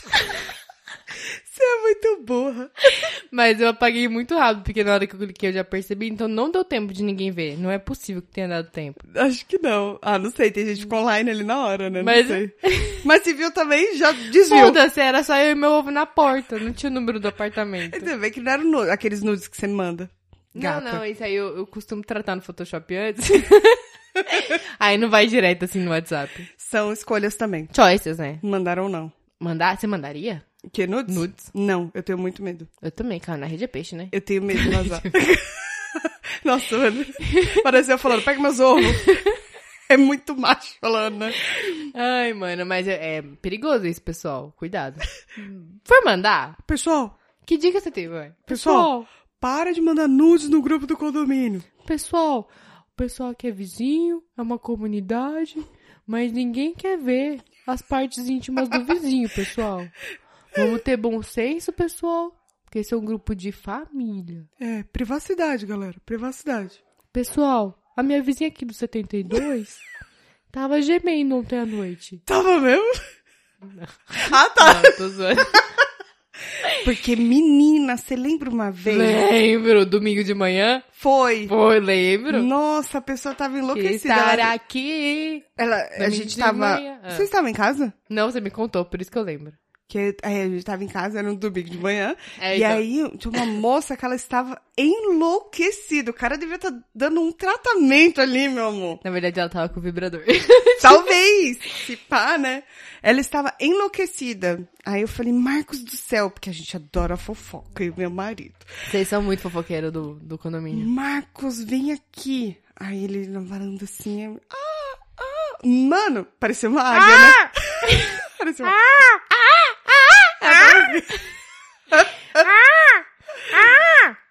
B: Você é muito burra.
A: Mas eu apaguei muito rápido, porque na hora que eu cliquei eu já percebi, então não deu tempo de ninguém ver. Não é possível que tenha dado tempo.
B: Acho que não. Ah, não sei, tem gente que ficou online ali na hora, né?
A: Mas-
B: Não sei. Mas se viu também, já desviou.
A: Foda-se, era só eu e meu ovo na porta, não tinha o número do apartamento.
B: Ainda bem que não eram nu- aqueles nudes que você manda. Gata.
A: Não, não, isso aí eu, eu costumo tratar no Photoshop antes. aí não vai direto assim no WhatsApp.
B: São escolhas também.
A: Choices, né?
B: Mandaram ou não.
A: Mandar, você mandaria?
B: Que nudes?
A: Nudes.
B: Não, eu tenho muito medo.
A: Eu também, cara, na rede é peixe, né?
B: Eu tenho medo de vazar. Nossa, mano. Pareceu eu falando, pega meus ovos. É muito macho falando, né?
A: Ai, mano, mas é, é perigoso isso, pessoal. Cuidado. Foi mandar?
B: Pessoal,
A: Que dica você teve, ué?
B: Pessoal. para de mandar nudes no grupo do condomínio.
A: Pessoal, o pessoal que é vizinho, é uma comunidade, mas ninguém quer ver as partes íntimas do vizinho, pessoal. Vamos ter bom senso, pessoal, porque esse é um grupo de família.
B: É, privacidade, galera. Privacidade.
A: Pessoal, a minha vizinha aqui do 72 tava gemendo ontem à noite.
B: Tava mesmo? Ah, tá.
A: Não, tô zoando.
B: Porque, menina, você lembra uma vez?
A: Lembro, domingo de manhã?
B: Foi.
A: Foi, lembro.
B: Nossa, a pessoa tava enlouquecida.
A: Estar
B: Ela-
A: aqui.
B: Ela, a
A: Domingo
B: gente
A: de
B: tava.
A: manhã. Ah.
B: Vocês estavam em casa?
A: Não, você me contou, por isso que eu lembro.
B: Que é, a gente tava em casa, era um domingo de manhã.
A: É,
B: e
A: então.
B: aí tinha uma moça que ela estava enlouquecida. O cara devia estar dando um tratamento ali, meu amor.
A: Na verdade, ela tava com o vibrador.
B: Talvez, se pá, né? Ela estava enlouquecida. Aí eu falei, Marcos do céu, porque a gente adora fofoca, e o meu marido.
A: Vocês são muito fofoqueiros do, do condomínio.
B: Marcos, vem aqui. Aí ele na varanda assim. eu- Ah, ah. Mano, parecia uma águia,
A: Ah!
B: né? parecia uma... Ah,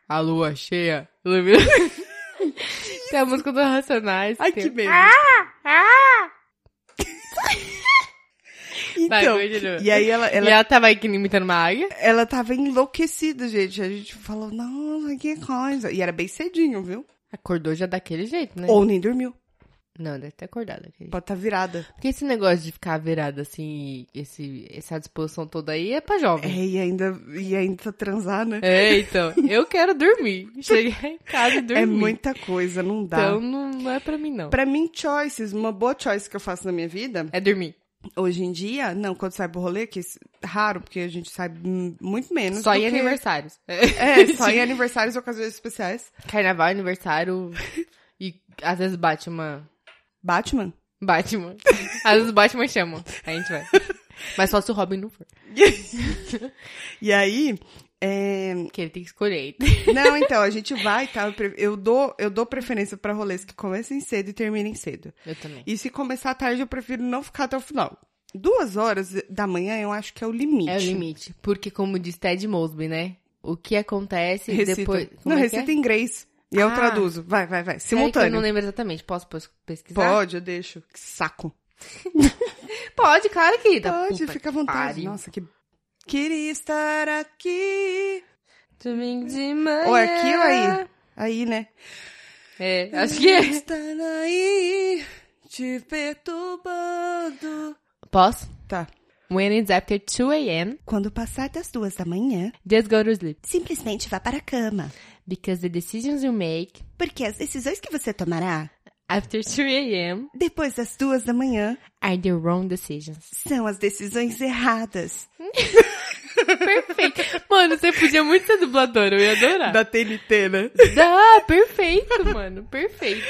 A: A lua cheia. Ilumina... tem a música dos Racionais.
B: Ai,
A: tem...
B: que medo.
A: Vai,
B: então,
A: continua.
B: e aí ela,
A: E
B: ela,
A: ela tava aqui imitando uma águia.
B: ela tava enlouquecida, gente. A gente falou, nossa, que coisa. E era bem cedinho, viu?
A: Acordou já daquele jeito, né?
B: Ou nem dormiu.
A: Não, deve ter acordado daquele jeito.
B: Pode estar virada.
A: Porque esse negócio de ficar virado assim, esse, essa disposição toda aí é pra jovem.
B: É, e ainda, e ainda transar, né?
A: É, então. Eu quero dormir. Chegar em casa e dormir.
B: É muita coisa, não dá.
A: Então não, não é pra mim, não.
B: Pra mim, choices, uma boa choice que eu faço na minha vida
A: É dormir.
B: Hoje em dia, não, quando sai pro rolê, que é raro, porque a gente sai hum, muito menos.
A: Só
B: do
A: em
B: que-
A: aniversários.
B: É, só em aniversários e ocasiões especiais.
A: Carnaval, aniversário e às vezes Batman.
B: Batman?
A: Batman. Às vezes Batman chama. A gente vai. Mas só se o Robin não for.
B: E aí, é,
A: Porque ele tem que escolher.
B: Não, então, a gente vai, tá? Eu pre- Eu dou, eu dou preferência pra rolês que comecem cedo e terminem cedo.
A: Eu também.
B: E se começar tarde, eu prefiro não ficar até o final. Duas horas da manhã eu acho que é o limite.
A: É o limite. Porque, como diz Ted Mosby, né? O que acontece
B: Recita.
A: depois.
B: não,
A: Como é que
B: recita em inglês. E eu
A: Ah.
B: traduzo. Vai, vai, vai.
A: é? É que eu não
B: Simultâneo.
A: lembro tá? exatamente. Posso pos- pesquisar?
B: Pode, eu deixo. Que saco.
A: Pode, claro, querida.
B: Pode,
A: Puta
B: fica à
A: que
B: vontade.
A: pariu.
B: Nossa, que... Queria estar aqui.
A: Domingo de manhã.
B: Ou é aqui ou aí? Aí, né?
A: É, acho que é.
B: Estar aí, te perturbando.
A: Posso?
B: Tá.
A: When it's after 2 a.m.,
B: Quando passar das duas da manhã,
A: just go to sleep.
B: simplesmente vá para a cama,
A: Because the decisions you make
B: porque as decisões que você tomará
A: after 2 a.m.
B: depois das duas da manhã
A: are the wrong decisions.
B: são as decisões erradas.
A: Perfeito. Mano, você podia muito ser dubladora, eu ia adorar.
B: TNT, né?
A: Dá, perfeito, mano. Perfeito.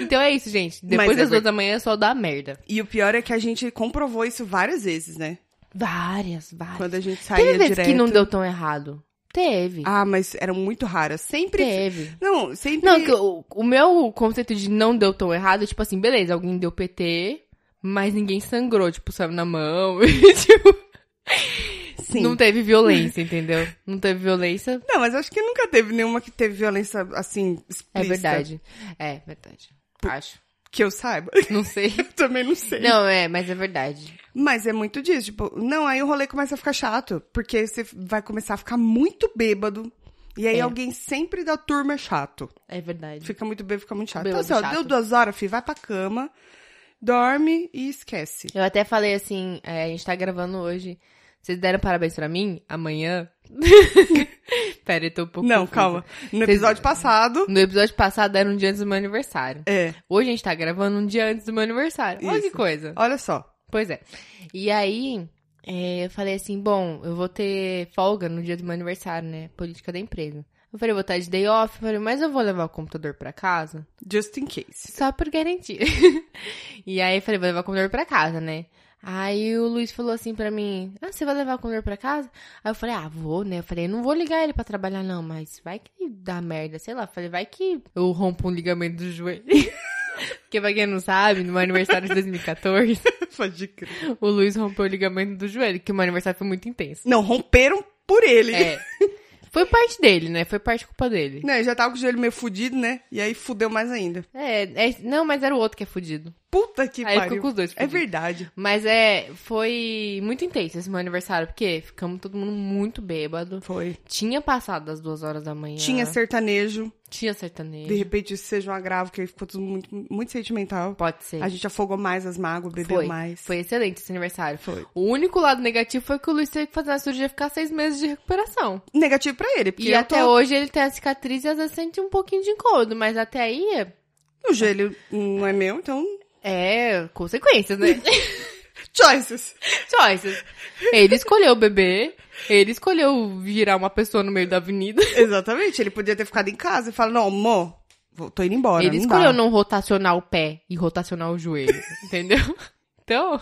A: Então é isso, gente. Depois
B: Mas é
A: das duas
B: ver-
A: da manhã só dá merda.
B: E o pior é que a gente comprovou isso várias vezes, né?
A: Várias, várias.
B: Quando a gente
A: Teve
B: saía
A: vezes
B: direto.
A: que não deu tão errado. Teve.
B: Ah, mas eram muito raras. Sempre.
A: Teve.
B: Não, sempre.
A: Não, que o, o meu conceito de não deu tão errado é tipo assim, beleza, alguém deu PT, mas ninguém sangrou, tipo, saiu na mão. e, tipo,
B: Sim.
A: não teve violência, entendeu? Não teve violência.
B: Não, mas acho que nunca teve nenhuma que teve violência assim
A: É
B: explícita.
A: verdade. É, verdade. Acho.
B: Que eu saiba.
A: Não sei.
B: Eu também não sei.
A: Não, é, mas é verdade.
B: Mas é muito disso, tipo, não, aí o rolê começa a ficar chato, porque você vai começar a ficar muito bêbado. E aí
A: É.
B: alguém sempre da turma é chato.
A: É verdade.
B: Fica muito bêbado, fica muito chato.
A: Bêbado, é
B: então, assim, ó,
A: chato.
B: deu duas horas, filho, vai pra cama, dorme e esquece.
A: Eu até falei assim, é, a gente tá gravando hoje. Vocês deram parabéns pra mim? Amanhã? Pera, eu tô um pouco.
B: não,
A: confusa.
B: calma. No
A: Vocês- né?
B: episódio passado.
A: No episódio passado era um dia antes do meu aniversário.
B: É.
A: Hoje a gente tá gravando um dia antes do meu aniversário. Olha que
B: Isso.
A: coisa.
B: Olha só.
A: Pois é. E aí, é, eu falei assim, bom, eu vou ter folga no dia do meu aniversário, né? Política da empresa. Eu falei, eu vou estar de day off. Eu falei, mas eu vou levar o computador pra casa?
B: Just in case.
A: Só por garantir. e aí eu falei, vou levar o computador pra casa, né? Aí o Luiz falou assim pra mim, ah, você vai levar o computador pra casa? Aí eu falei, ah, vou, né? Eu falei, não vou ligar ele pra trabalhar não, mas vai que dá merda, sei lá. Eu falei, vai que eu rompo um ligamento do joelho. Porque pra quem não sabe, no meu aniversário de 2014,
B: Pode crer.
A: o Luiz rompeu o ligamento do joelho, que o meu aniversário foi muito intenso.
B: Não, romperam por ele.
A: É. Foi parte dele, né? Foi parte culpa dele.
B: Né, já tava com o joelho meio fudido, né? E aí fudeu mais ainda.
A: É, é- não, mas era o outro que é fudido.
B: Puta que
A: Aí ficou
B: pariu.
A: com os dois.
B: É
A: fudidos.
B: verdade.
A: Mas é, foi muito intenso esse meu aniversário, porque ficamos todo mundo muito bêbado.
B: Foi.
A: Tinha passado das duas horas da manhã.
B: Tinha sertanejo.
A: Tinha sertanejo.
B: De repente isso seja um agravo, que aí ficou tudo muito, muito sentimental.
A: Pode ser.
B: A gente afogou mais as mágoas, bebeu
A: foi.
B: mais.
A: Foi excelente esse aniversário.
B: Foi.
A: O único lado negativo foi que o Luiz teve que fazer a cirurgia e ficar seis meses de recuperação.
B: Negativo pra ele, porque
A: E
B: eu
A: até
B: tô...
A: hoje ele tem a cicatriz e às vezes sente um pouquinho de incômodo, mas até aí é-
B: o joelho não é meu, então.
A: é consequências, né?
B: Choices!
A: Choices. Ele escolheu beber, ele escolheu virar uma pessoa no meio da avenida.
B: Exatamente, ele podia ter ficado em casa e falar: não, amor, vou- tô indo embora.
A: Ele
B: não
A: escolheu
B: dá.
A: não rotacionar o pé e rotacionar o joelho, entendeu? Então,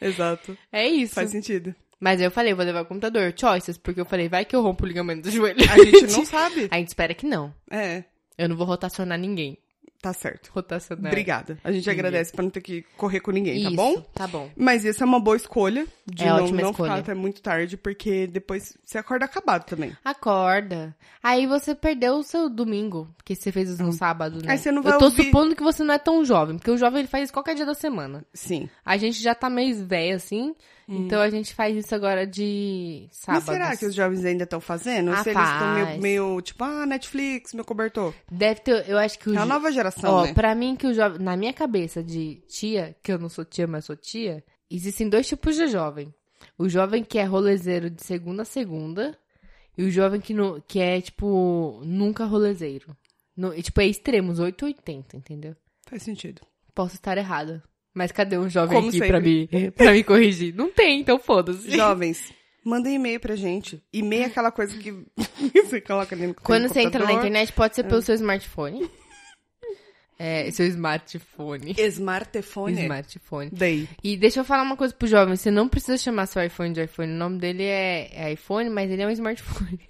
B: Exato,
A: é isso.
B: faz sentido.
A: Mas eu falei, vou levar o computador, choices, porque eu falei, vai que eu rompo o ligamento do joelho.
B: A gente não sabe.
A: A gente espera que não.
B: É,
A: Eu não vou rotacionar ninguém.
B: tá certo.
A: Rotacionar.
B: Obrigada. A gente
A: Ninguém.
B: agradece pra não ter que correr com ninguém,
A: Né? Isso,
B: tá bom?
A: Tá bom.
B: Mas isso é uma boa escolha de
A: É
B: não,
A: ótima
B: não
A: escolha.
B: ficar até muito tarde, porque depois você acorda acabado também.
A: Acorda. Aí você perdeu o seu domingo, porque você fez isso no sábado, né?
B: Hum. Aí você não
A: Eu
B: vai
A: tô
B: ouvir-
A: supondo que você não é tão jovem, porque o jovem ele faz isso qualquer dia da semana.
B: Sim.
A: A gente já tá meio velho assim, então a gente faz isso agora de sábado.
B: Hum. Mas será que os jovens ainda estão fazendo? Ou
A: Ah,
B: se eles estão meio,
A: faz.
B: meio, tipo, ah, Netflix, meu cobertor.
A: Deve ter, eu acho que o
B: É a
A: jo-
B: nova geração,
A: Ó,
B: né?
A: pra mim que o jovem, na minha cabeça de tia, que eu não sou tia, mas sou tia, existem dois tipos de jovem. O jovem que é rolezeiro de segunda a segunda e o jovem que não, que é tipo nunca rolezeiro. No, e, tipo é extremos, 880, entendeu?
B: Faz sentido.
A: Posso estar errada, Mas cadê um jovem
B: Como
A: aqui pra me, pra me corrigir? Não tem, então foda-se.
B: Jovens, mandem e-mail pra gente. E-mail é aquela coisa que você coloca ali no
A: Quando
B: no
A: você entra na
B: computador. Ah.
A: internet, pode ser pelo seu smartphone. É, seu smartphone.
B: Smartphone.
A: Smartphone.
B: Daí.
A: E deixa eu falar uma coisa pro jovem. Você não precisa chamar seu iPhone de iPhone. O nome dele é, é iPhone, mas ele é um smartphone.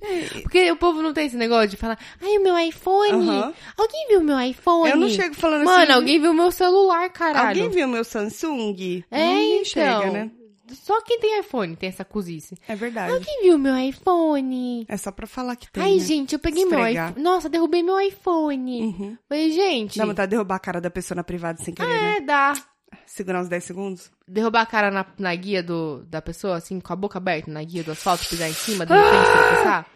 B: É.
A: Porque o povo não tem esse negócio de falar, ai, o meu iPhone.
B: Aham.
A: Alguém viu meu iPhone?
B: Eu não chego falando
A: Mano,
B: assim.
A: alguém viu meu celular, caralho.
B: Alguém viu meu Samsung?
A: É,
B: Ninguém
A: então.
B: chega, né?
A: Só quem tem iPhone tem essa cozice.
B: É verdade.
A: Alguém viu meu iPhone?
B: É só pra falar que tem.
A: ai,
B: né?
A: gente, eu peguei meu
B: Esfregar.
A: iPhone. Nossa, derrubei meu iPhone.
B: Uhum.
A: Falei, gente.
B: Dá vontade de derrubar a cara da pessoa na privada sem querer, né?
A: é, dá.
B: Segurar uns 10 segundos.
A: derrubar a cara na, na guia do, da pessoa, assim, com a boca aberta na guia do asfalto, pisar em cima, de repente tropeçar.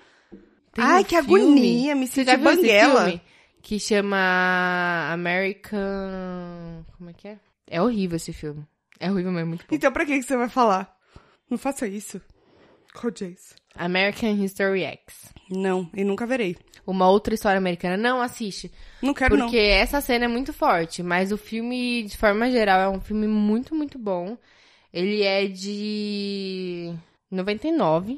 A: Tem
B: Ai,
A: um
B: que
A: filme-
B: agonia, me
A: Você
B: senti
A: já viu esse
B: banguela.
A: filme? Que chama American... Como é que é? É horrível esse filme. É horrível, mas é muito bom.
B: Então pra que que você vai falar? Não faça isso. Codjace.
A: American History X.
B: Não, e nunca verei.
A: Uma outra história americana. Não, assiste.
B: Não quero,
A: Porque essa cena é muito forte, mas o filme, de forma geral, é um filme muito, muito bom. Ele é de 99,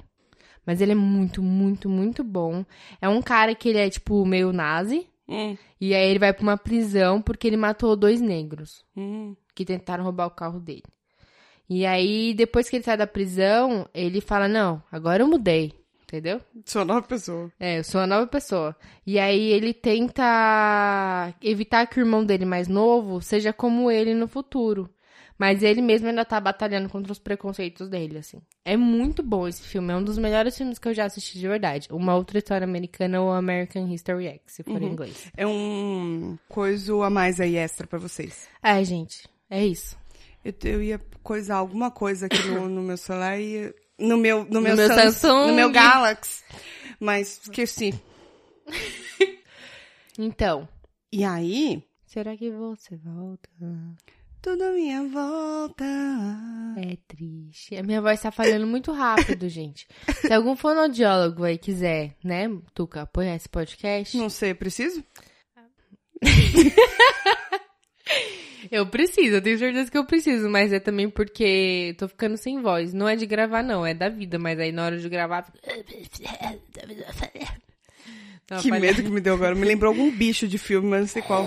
A: mas ele é muito, muito, muito bom. É um cara que ele é, tipo, meio nazi,
B: não. Hum,
A: e aí ele vai pra uma prisão porque ele matou dois negros
B: hum.
A: que tentaram roubar o carro dele. E aí, depois que ele sai da prisão, ele fala, não, agora eu mudei, entendeu?
B: Sou nova pessoa.
A: É, eu sou uma nova pessoa. E aí ele tenta evitar que o irmão dele mais novo seja como ele no futuro. Mas ele mesmo ainda tá batalhando contra os preconceitos dele, assim. É muito bom esse filme, é um dos melhores filmes que eu já assisti de verdade. Uma outra história americana ou American History X, se for em inglês.
B: É um coisa a mais aí extra pra vocês.
A: Ai, gente, é isso.
B: Eu, eu ia coisar alguma coisa aqui no, no meu celular e... No meu, no meu,
A: meu
B: Samsung,
A: Samsung.
B: No meu Galaxy. Mas esqueci.
A: Então,
B: E aí...
A: será que você volta?
B: Tudo à minha volta.
A: É triste. A minha voz tá falhando muito rápido, gente. Se algum fonoaudiólogo aí quiser, né, Tuca, apoiar esse podcast...
B: Não sei, preciso?
A: Eu preciso, eu tenho certeza que eu preciso, mas é também porque tô ficando sem voz. Não é de gravar, não, é da vida, mas aí na hora de gravar. Dá uma
B: que
A: falha-
B: medo que me deu agora. Me lembrou algum bicho de filme, mas não sei qual.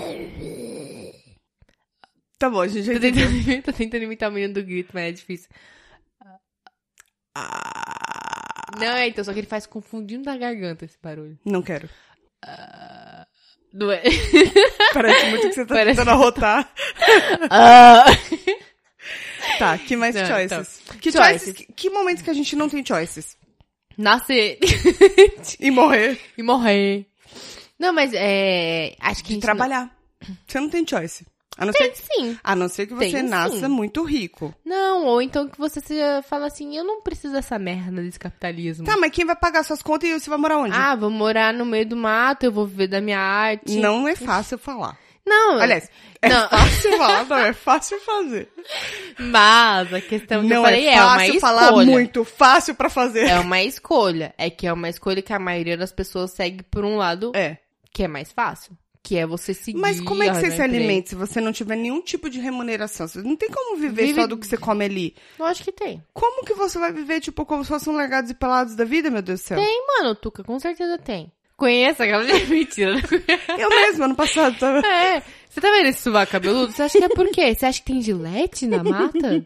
B: Tá bom, a gente já
A: Tô
B: entendeu.
A: tentando, tô tentando imitar o menino do grito, mas é difícil. Não, é então, só que ele faz confundindo da garganta esse barulho.
B: Não quero.
A: Não é?
B: Parece muito que você tá
A: Parece-
B: tentando arrotar.
A: Ah.
B: Tá, que mais
A: Não, então.
B: choices? Que
A: Choices.
B: choices? Que, que momentos que a gente não tem choices?
A: Nascer
B: E morrer.
A: e morrer. Não, mas é. Acho que a
B: De
A: gente
B: trabalhar. Você não tem choice. A não,
A: não-
B: ser,
A: Tem sim.
B: a não ser que
A: Tem,
B: você
A: sim.
B: nasça muito rico.
A: Não, ou então que você seja, fala assim: eu não preciso dessa merda desse capitalismo.
B: Tá, mas quem vai pagar suas contas e você vai morar onde?
A: Ah, vou morar no meio do mato, eu vou viver da minha arte.
B: não é fácil falar.
A: Não,
B: Aliás, é
A: Ah. Não.
B: fácil falar, não é fácil fazer.
A: mas a questão que eu
B: não
A: falei
B: é
A: é, uma
B: fácil
A: escolha.
B: falar muito, fácil pra fazer.
A: É uma escolha. É que é uma escolha que a maioria das pessoas segue por um lado
B: É.
A: que é mais fácil. Que é você seguir.
B: Mas como é que
A: arranjar
B: você se
A: um emprego.
B: alimenta se você não tiver nenhum tipo de remuneração? Você não tem como viver
A: Vive-
B: só do que você come ali.
A: Eu acho que tem.
B: Como que você vai viver, tipo, como se fosse um largados e pelados da vida, meu Deus do céu?
A: Tem, mano, Tuca, com certeza tem. Conheça aquela mentira. não conheço.
B: Eu mesma, ano passado, tava...
A: é. Você tá vendo esse sovaco cabeludo? Você acha que é por quê? Você acha que tem gilete na mata?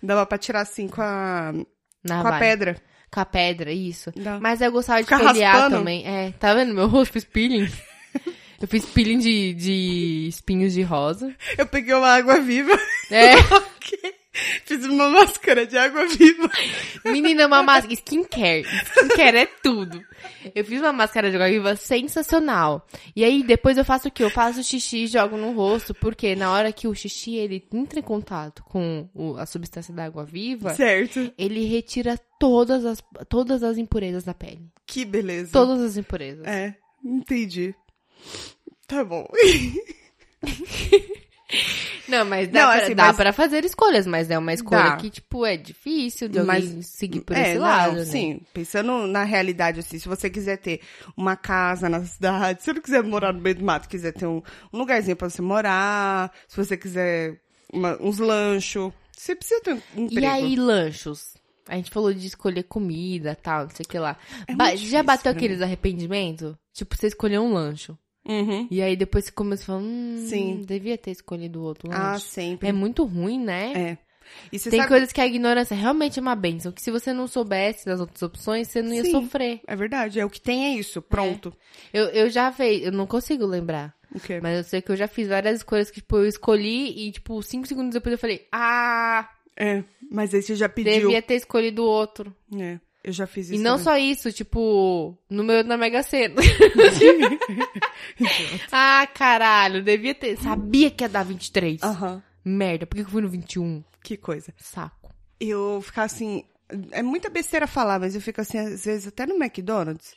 B: dava pra tirar assim com a,
A: Ah, Na
B: com a
A: vara.
B: pedra.
A: Com a pedra, isso.
B: Dá.
A: Mas eu gostava de
B: Ah. Ficar
A: espelhar
B: raspando.
A: também. É, tá vendo? Meu rosto fiz peeling. Eu fiz peeling de, de espinhos de rosa.
B: Eu peguei uma água viva,
A: É,
B: coloquei, fiz uma máscara de água viva.
A: menina, uma máscara. Skincare. Skincare é tudo. Eu fiz uma máscara de água viva sensacional. E aí, depois eu faço o quê? Eu faço xixi e jogo no rosto, porque na hora que o xixi ele entra em contato com o- a substância da água viva,
B: Certo.
A: ele retira todas as, todas as impurezas da pele.
B: Que beleza.
A: Todas as impurezas.
B: É, entendi. Tá bom.
A: Não, mas dá,
B: Não,
A: pra,
B: assim,
A: dá
B: mas-
A: pra fazer escolhas, mas é uma escolha
B: Dá.
A: que, tipo, é difícil de alguém seguir por
B: é,
A: esse
B: não,
A: lado, né?
B: Sim, pensando na realidade, assim, se você quiser ter uma casa na cidade, se você não quiser morar no meio do mato, quiser ter um, um lugarzinho pra você morar, se você quiser uma- uns lanchos. Você precisa ter um emprego.
A: E aí, lanchos? A gente falou de escolher comida, tal, não sei o que lá.
B: É
A: Ba-
B: muito
A: já
B: difícil
A: bateu
B: pra
A: aqueles arrependimentos? Tipo, você escolheu um lancho.
B: Uhum.
A: E aí depois você começa a falar, hum,
B: Sim.
A: devia ter escolhido outro
B: Ah,
A: lanche.
B: sempre.
A: é muito ruim, né?
B: É. E você
A: Tem
B: sabe...
A: coisas que a ignorância realmente é uma benção. Que se você não soubesse das outras opções, você não ia
B: Sim.
A: sofrer.
B: É verdade, é o que tem é isso. Pronto.
A: Eu, eu já fiz, eu não consigo lembrar.
B: O quê?
A: Mas eu sei que eu já fiz várias coisas que, tipo, eu escolhi e, tipo, cinco segundos depois eu falei, ah,
B: É, mas aí você já pediu.
A: devia ter escolhido outro.
B: É, eu já fiz isso.
A: e não
B: né?
A: só isso, tipo, número na Mega Sena. ah, caralho, devia ter. Sabia que ia dar 23.
B: Aham,
A: Merda, por que que eu fui no 21?
B: que coisa.
A: Saco.
B: Eu ficar assim... É muita besteira falar, mas eu fico assim, às vezes, até no McDonald's.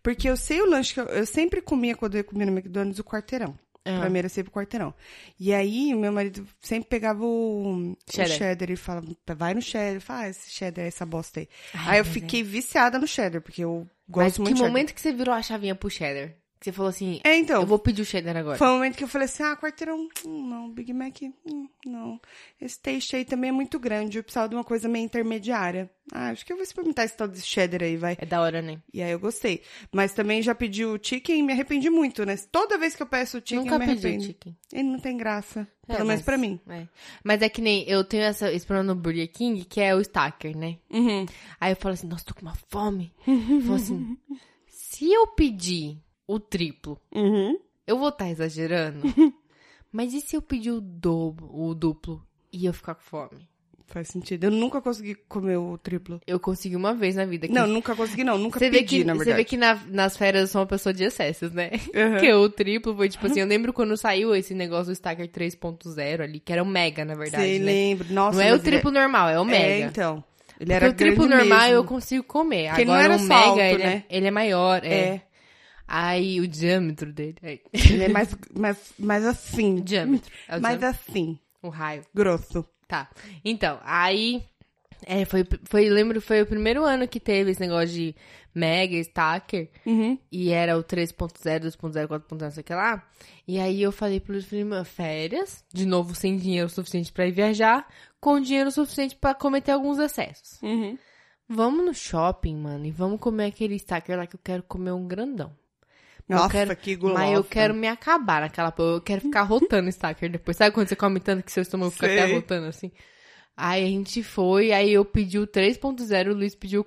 B: Porque eu sei o lanche que eu, eu sempre comia quando eu ia comer no McDonald's, o quarteirão.
A: Ah.
B: Pra mim era sempre o quarteirão. E aí, o meu marido sempre pegava o o cheddar,
A: Cheddar.
B: e falava, vai no cheddar. Fala, ah, esse cheddar, essa bosta aí.
A: Ai,
B: aí eu
A: mas é.
B: fiquei viciada no cheddar, porque eu
A: Mas
B: gosto muito
A: que
B: de cheddar.
A: momento que você virou a chavinha pro cheddar? Que você falou assim,
B: É, então,
A: eu vou pedir o cheddar agora.
B: Foi um momento que eu falei assim, ah, quarteirão, hum, não, Big Mac, hum, não. Esse taste aí também é muito grande, eu precisava de uma coisa meio intermediária. Ah, acho que eu vou experimentar esse tal de cheddar aí, vai.
A: É da hora, né?
B: E aí eu gostei. Mas também já pedi o chicken e me arrependi muito, né? Toda vez que eu peço o chicken,
A: Nunca
B: eu me
A: pedi o
B: arrependo.
A: chicken.
B: Ele não tem graça,
A: É,
B: pelo menos
A: mas-
B: pra mim.
A: É. Mas é que nem eu tenho essa, esse problema no Burger King, que é o Stacker, né?
B: Uhum.
A: Aí eu falo assim, nossa, tô com uma fome. Eu falo assim, se eu pedir o triplo,
B: Uhum.
A: eu vou estar exagerando? Mas e se eu pedir o dobro, o duplo e eu ficar com fome?
B: Faz sentido. Eu nunca consegui comer o triplo.
A: Eu consegui uma vez na vida. que-
B: Não, nunca consegui, não. Nunca
A: você vê
B: pedi,
A: que,
B: na
A: Você vê
B: verdade.
A: que na- nas férias eu sou uma pessoa de excessos, né?
B: Aham.
A: Porque o triplo foi tipo assim, eu lembro quando saiu esse negócio do Stacker 3.0 ali, que era o mega, na verdade,
B: Você
A: né?
B: lembra. Nossa,
A: Não é o
B: mas ele
A: triplo normal, é o
B: É,
A: mega.
B: então. Ele
A: Porque
B: era
A: o triplo
B: grande
A: normal
B: mesmo.
A: eu consigo comer.
B: Porque ele não
A: Agora
B: era
A: o
B: só
A: mega,
B: alto,
A: ele,
B: né?
A: é, ele é maior. É.
B: É.
A: Aí o diâmetro dele. É.
B: Ele é mais, mais, mais assim.
A: O diâmetro. É o,
B: mais
A: diâmetro.
B: assim.
A: o raio.
B: Grosso.
A: Tá. Então, aí. É, foi, foi, lembro, foi o primeiro ano que teve esse negócio de mega, stacker.
B: Uhum.
A: E era o 3.0, 2.0, 4.0, não sei o que lá. E aí eu falei pro Luiz, falei, "Mano, férias, de novo sem dinheiro suficiente pra ir viajar, com dinheiro suficiente pra cometer alguns excessos.
B: Uhum.
A: Vamos no shopping, mano, e vamos comer aquele stacker lá que eu quero comer um grandão. Eu
B: Nossa,
A: quero-
B: que gulosa.
A: Mas eu quero me acabar naquela porra. Eu quero ficar rotando stacker depois. Sabe quando você come tanto que seu estômago fica até
B: Sei.
A: rotando assim? Aí a gente foi, aí eu pedi o 3.0, o Luiz pediu o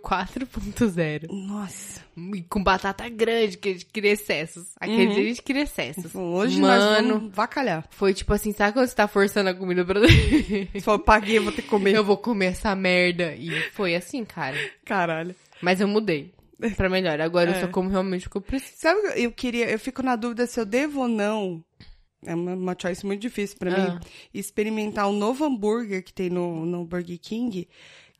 A: 4.0.
B: Nossa.
A: E Com batata grande, que a gente queria excessos. Aquele
B: Uhum.
A: dia a gente queria excessos.
B: Hoje nós
A: Mano.
B: vamos vacalhar.
A: Foi tipo assim, sabe quando você tá forçando a comida pra...
B: Se for paguei, eu vou ter que comer.
A: eu vou comer essa merda. E foi assim, cara.
B: Caralho.
A: Mas eu mudei pra melhor. Agora
B: É.
A: eu só como realmente o que eu preciso.
B: Sabe o que eu queria... Eu fico na dúvida se eu devo ou não... É uma, uma choice muito difícil pra
A: Ah.
B: mim. Experimentar o novo hambúrguer que tem no, no Burger King,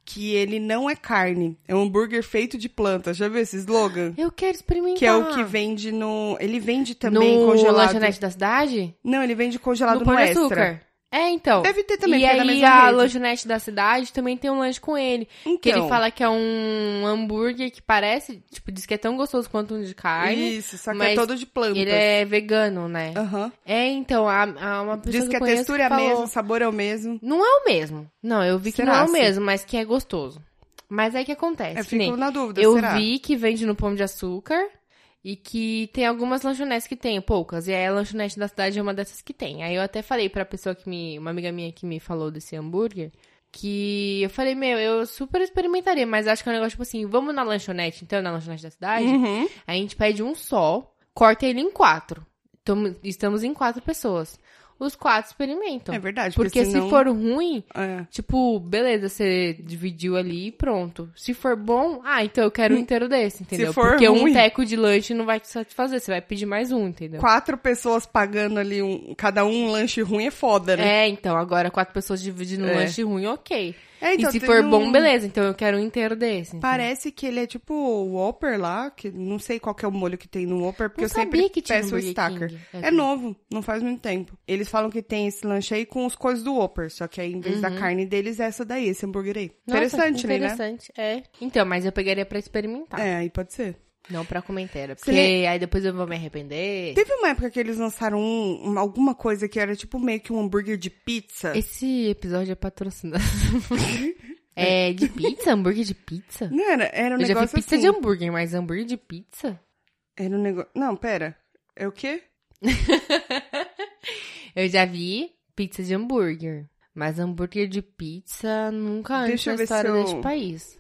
B: que ele não é carne. É um hambúrguer feito de planta. Já viu esse slogan?
A: Eu quero experimentar.
B: Que é o que vende no... Ele vende também
A: no
B: congelado.
A: lanchonete da cidade?
B: Não, ele vende
A: No
B: congelado no,
A: Pão de
B: extra.
A: Açúcar. É, então.
B: Deve ter também,
A: e
B: porque é da
A: aí
B: mesma
A: a
B: rede.
A: lanchonete da cidade também tem um lanche com ele.
B: Então,
A: Que ele fala que é um hambúrguer que parece, tipo, diz que é tão gostoso quanto um de carne.
B: Isso, só que
A: mas
B: é todo de planta.
A: Ele é vegano, né?
B: Aham.
A: É, então, a, a- uma pessoa que
B: Diz que
A: eu
B: a
A: conheço
B: textura é a
A: falou-
B: mesma, o sabor é o mesmo.
A: Não é o mesmo. Não, eu vi que
B: Será
A: não é
B: assim?
A: o mesmo, mas que é gostoso. Mas é que acontece.
B: Eu
A: que nem-
B: fico na dúvida,
A: eu
B: será?
A: vi que vende no Pão de Açúcar e que tem algumas lanchonetes que tem, poucas. E aí a lanchonete da cidade é uma dessas que tem. Aí eu até falei pra pessoa que me. Uma amiga minha que me falou desse hambúrguer. Que eu falei, meu, eu super experimentaria, mas acho que é um negócio tipo assim: vamos na lanchonete, então, na lanchonete da cidade.
B: Uhum.
A: A gente pede um só, corta ele em quatro. Tamo- estamos em quatro pessoas. Os quatro experimentam.
B: É verdade, porque,
A: porque
B: senão-
A: se for ruim,
B: É.
A: Tipo, beleza, você dividiu ali e pronto. Se for bom, ah, então eu quero um inteiro desse, entendeu?
B: Hum. for
A: Porque
B: ruim-
A: um teco de lanche não vai te satisfazer, você vai pedir mais um, entendeu?
B: Quatro pessoas pagando ali, um, cada um um lanche ruim é foda, né?
A: É, então, agora quatro pessoas dividindo um
B: É.
A: lanche ruim, ok.
B: É, então,
A: e se
B: tem
A: for
B: um-
A: bom, beleza, então eu quero um inteiro desse. entendeu?
B: Parece que ele é tipo o Whopper lá, que não sei qual que é o molho que tem no Whopper, porque
A: Não
B: eu sempre
A: sabia que tinha um no
B: peço o
A: Burger
B: stacker.
A: King.
B: É novo, não faz muito tempo. Eles falam que tem esse lanche aí com os coisas do Whopper, só que aí em vez da carne deles é essa daí, esse hambúrguer aí.
A: Uhum. Nossa,
B: interessante, né?
A: Interessante, é. Então, mas eu pegaria pra experimentar.
B: É, aí pode ser.
A: Não pra comentário, porque
B: Você lem-
A: aí depois eu vou me arrepender.
B: Teve uma época que eles lançaram um- um- alguma coisa que era tipo meio que um hambúrguer de pizza.
A: Esse episódio é patrocinado. é de pizza? Hambúrguer de pizza?
B: Não era, era um
A: eu já vi
B: negócio
A: é pizza
B: assim.
A: de hambúrguer, mas hambúrguer de pizza?
B: Era um negócio. Não, pera. É o quê?
A: Eu já vi pizza de hambúrguer. Mas hambúrguer de pizza nunca antes
B: Deixa eu
A: na
B: ver se
A: história
B: eu-
A: deste país.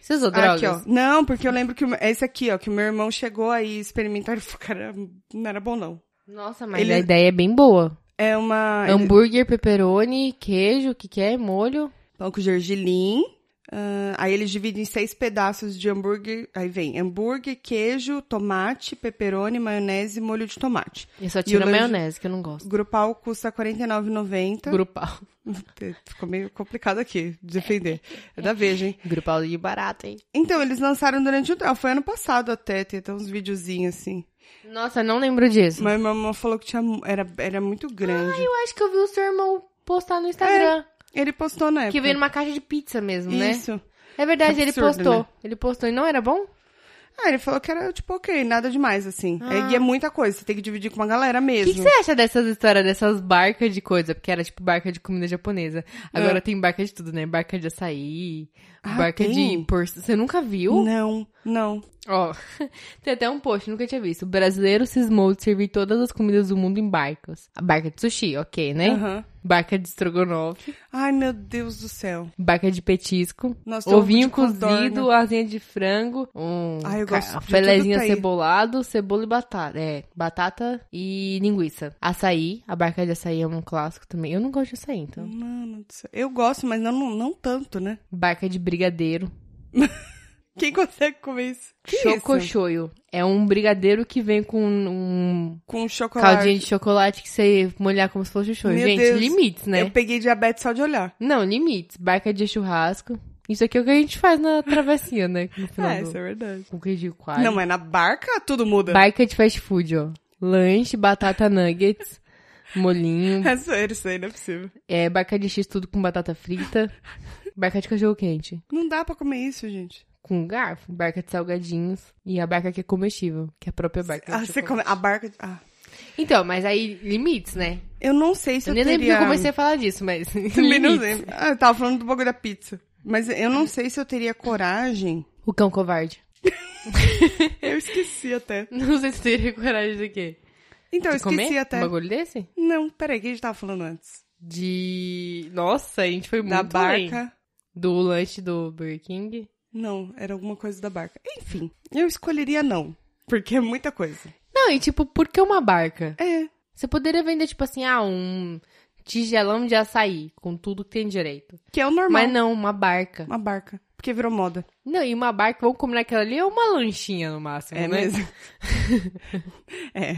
A: Você usou drogas?
B: Ah, Aqui, ó. Não, porque eu lembro que o- é esse aqui, ó, que o meu irmão chegou aí experimentar e falou, cara, não era bom não.
A: Nossa, mas
B: Ele-
A: a ideia é bem boa.
B: É uma
A: um
B: ele-
A: Hambúrguer, pepperoni, queijo, o que que é? Molho.
B: pão com gergelim. ah, aí eles dividem em seis pedaços de hambúrguer. Aí vem hambúrguer, queijo, tomate, peperoni, maionese e molho de tomate.
A: Eu só
B: E
A: tiro
B: o
A: a
B: lanche- Tá.
A: maionese, que eu não gosto.
B: Grupal custa R$ 49,90.
A: Grupal.
B: Ficou meio complicado aqui defender. É da Veja, hein?
A: Grupal de barato, hein?
B: Então, eles lançaram durante o. Ah, foi ano passado até, tem até uns videozinhos assim.
A: Nossa, não lembro disso.
B: Mas minha mamãe falou que tinha, mu- era, era muito grande.
A: Eu acho que eu vi o seu irmão postar no Instagram.
B: Ele postou na época.
A: que veio numa caixa de pizza mesmo, né?
B: É, Isso.
A: É verdade, ele
B: Absurdo,
A: postou.
B: né?
A: Ele postou e não era bom?
B: Ah, ele falou que era, tipo, ok, nada demais, assim.
A: Ah.
B: É, e é muita coisa, você tem que dividir com uma galera
A: O que
B: mesmo.
A: que você acha dessas histórias, dessas barcas de coisa? Porque era tipo barca de comida japonesa. Agora
B: Ah.
A: tem barca de tudo, né? Barca de açaí,
B: Ah,
A: barca
B: tem?
A: de porção. Você nunca viu?
B: Não, não.
A: Ó, tem até um post, nunca tinha visto. O brasileiro cismou de servir todas as comidas do mundo em barcas. A barca de sushi, ok, né?
B: Aham.
A: Barca de estrogonofe,
B: Ai, meu Deus do céu.
A: barca de petisco,
B: Nossa, ovo
A: ovinho
B: de codorna.
A: cozido, asinha de frango, um
B: Ai, eu
A: ca-
B: gosto de
A: filezinho
B: tudo que tá aí.
A: acebolado, cebola e batata. É, batata e linguiça. Açaí, a barca de açaí é um clássico também. Eu não gosto de açaí, então.
B: Mano do céu. Eu gosto, mas não, não, não tanto, né?
A: Barca de brigadeiro.
B: Quem consegue comer isso? Que isso?
A: Chocochoio. É um brigadeiro que vem com um
B: Com chocolate.
A: caldinho de chocolate que você molhar como se fosse chochoio.
B: Meu
A: Gente,
B: Deus.
A: limites, né?
B: Eu peguei diabetes só de olhar.
A: Não, limites. Barca de churrasco. Isso aqui é o que a gente faz na travessia, né? No final
B: Ah,
A: do...
B: isso é verdade.
A: Com queijo coalho.
B: Não, mas na barca tudo muda.
A: Barca de fast food, ó. Lanche, batata nuggets, molinho,
B: É sério, isso aí não é possível.
A: é, barca de x tudo com batata frita, barca de cachorro quente
B: Não dá pra comer isso, gente.
A: com garfo, barca de salgadinhos e a barca que é comestível, que é a própria barca. de
B: Ah, você
A: chocolate.
B: come... A barca... Ah.
A: Então, mas aí limites, né?
B: Eu não sei se
A: Eu
B: eu,
A: nem
B: teria...
A: lembro que eu comecei a falar disso, mas
B: Também não
A: limites.
B: lembro. Ah, eu tava falando do bagulho da pizza. Mas eu não sei se eu teria coragem.
A: O cão covarde.
B: Eu esqueci até.
A: Não sei se teria coragem de quê?
B: Então, eu
A: de comer
B: esqueci até.
A: um bagulho desse?
B: Não, peraí, o que a gente tava falando antes?
A: De... Nossa, a gente foi muito
B: da
A: além.
B: barca.
A: Do lanche do Burger King.
B: Não, era alguma coisa da barca. Enfim, eu escolheria não. Porque é muita coisa.
A: Não, e tipo, por que uma barca?
B: É.
A: Você poderia vender, tipo assim, ah, um tigelão de açaí, com tudo que tem direito.
B: Que é o normal.
A: Mas não, uma barca.
B: Uma barca. Porque virou moda.
A: Não, e uma barca, vamos combinar aquela ali, é uma lanchinha no máximo,
B: É,
A: né?
B: mesmo. é.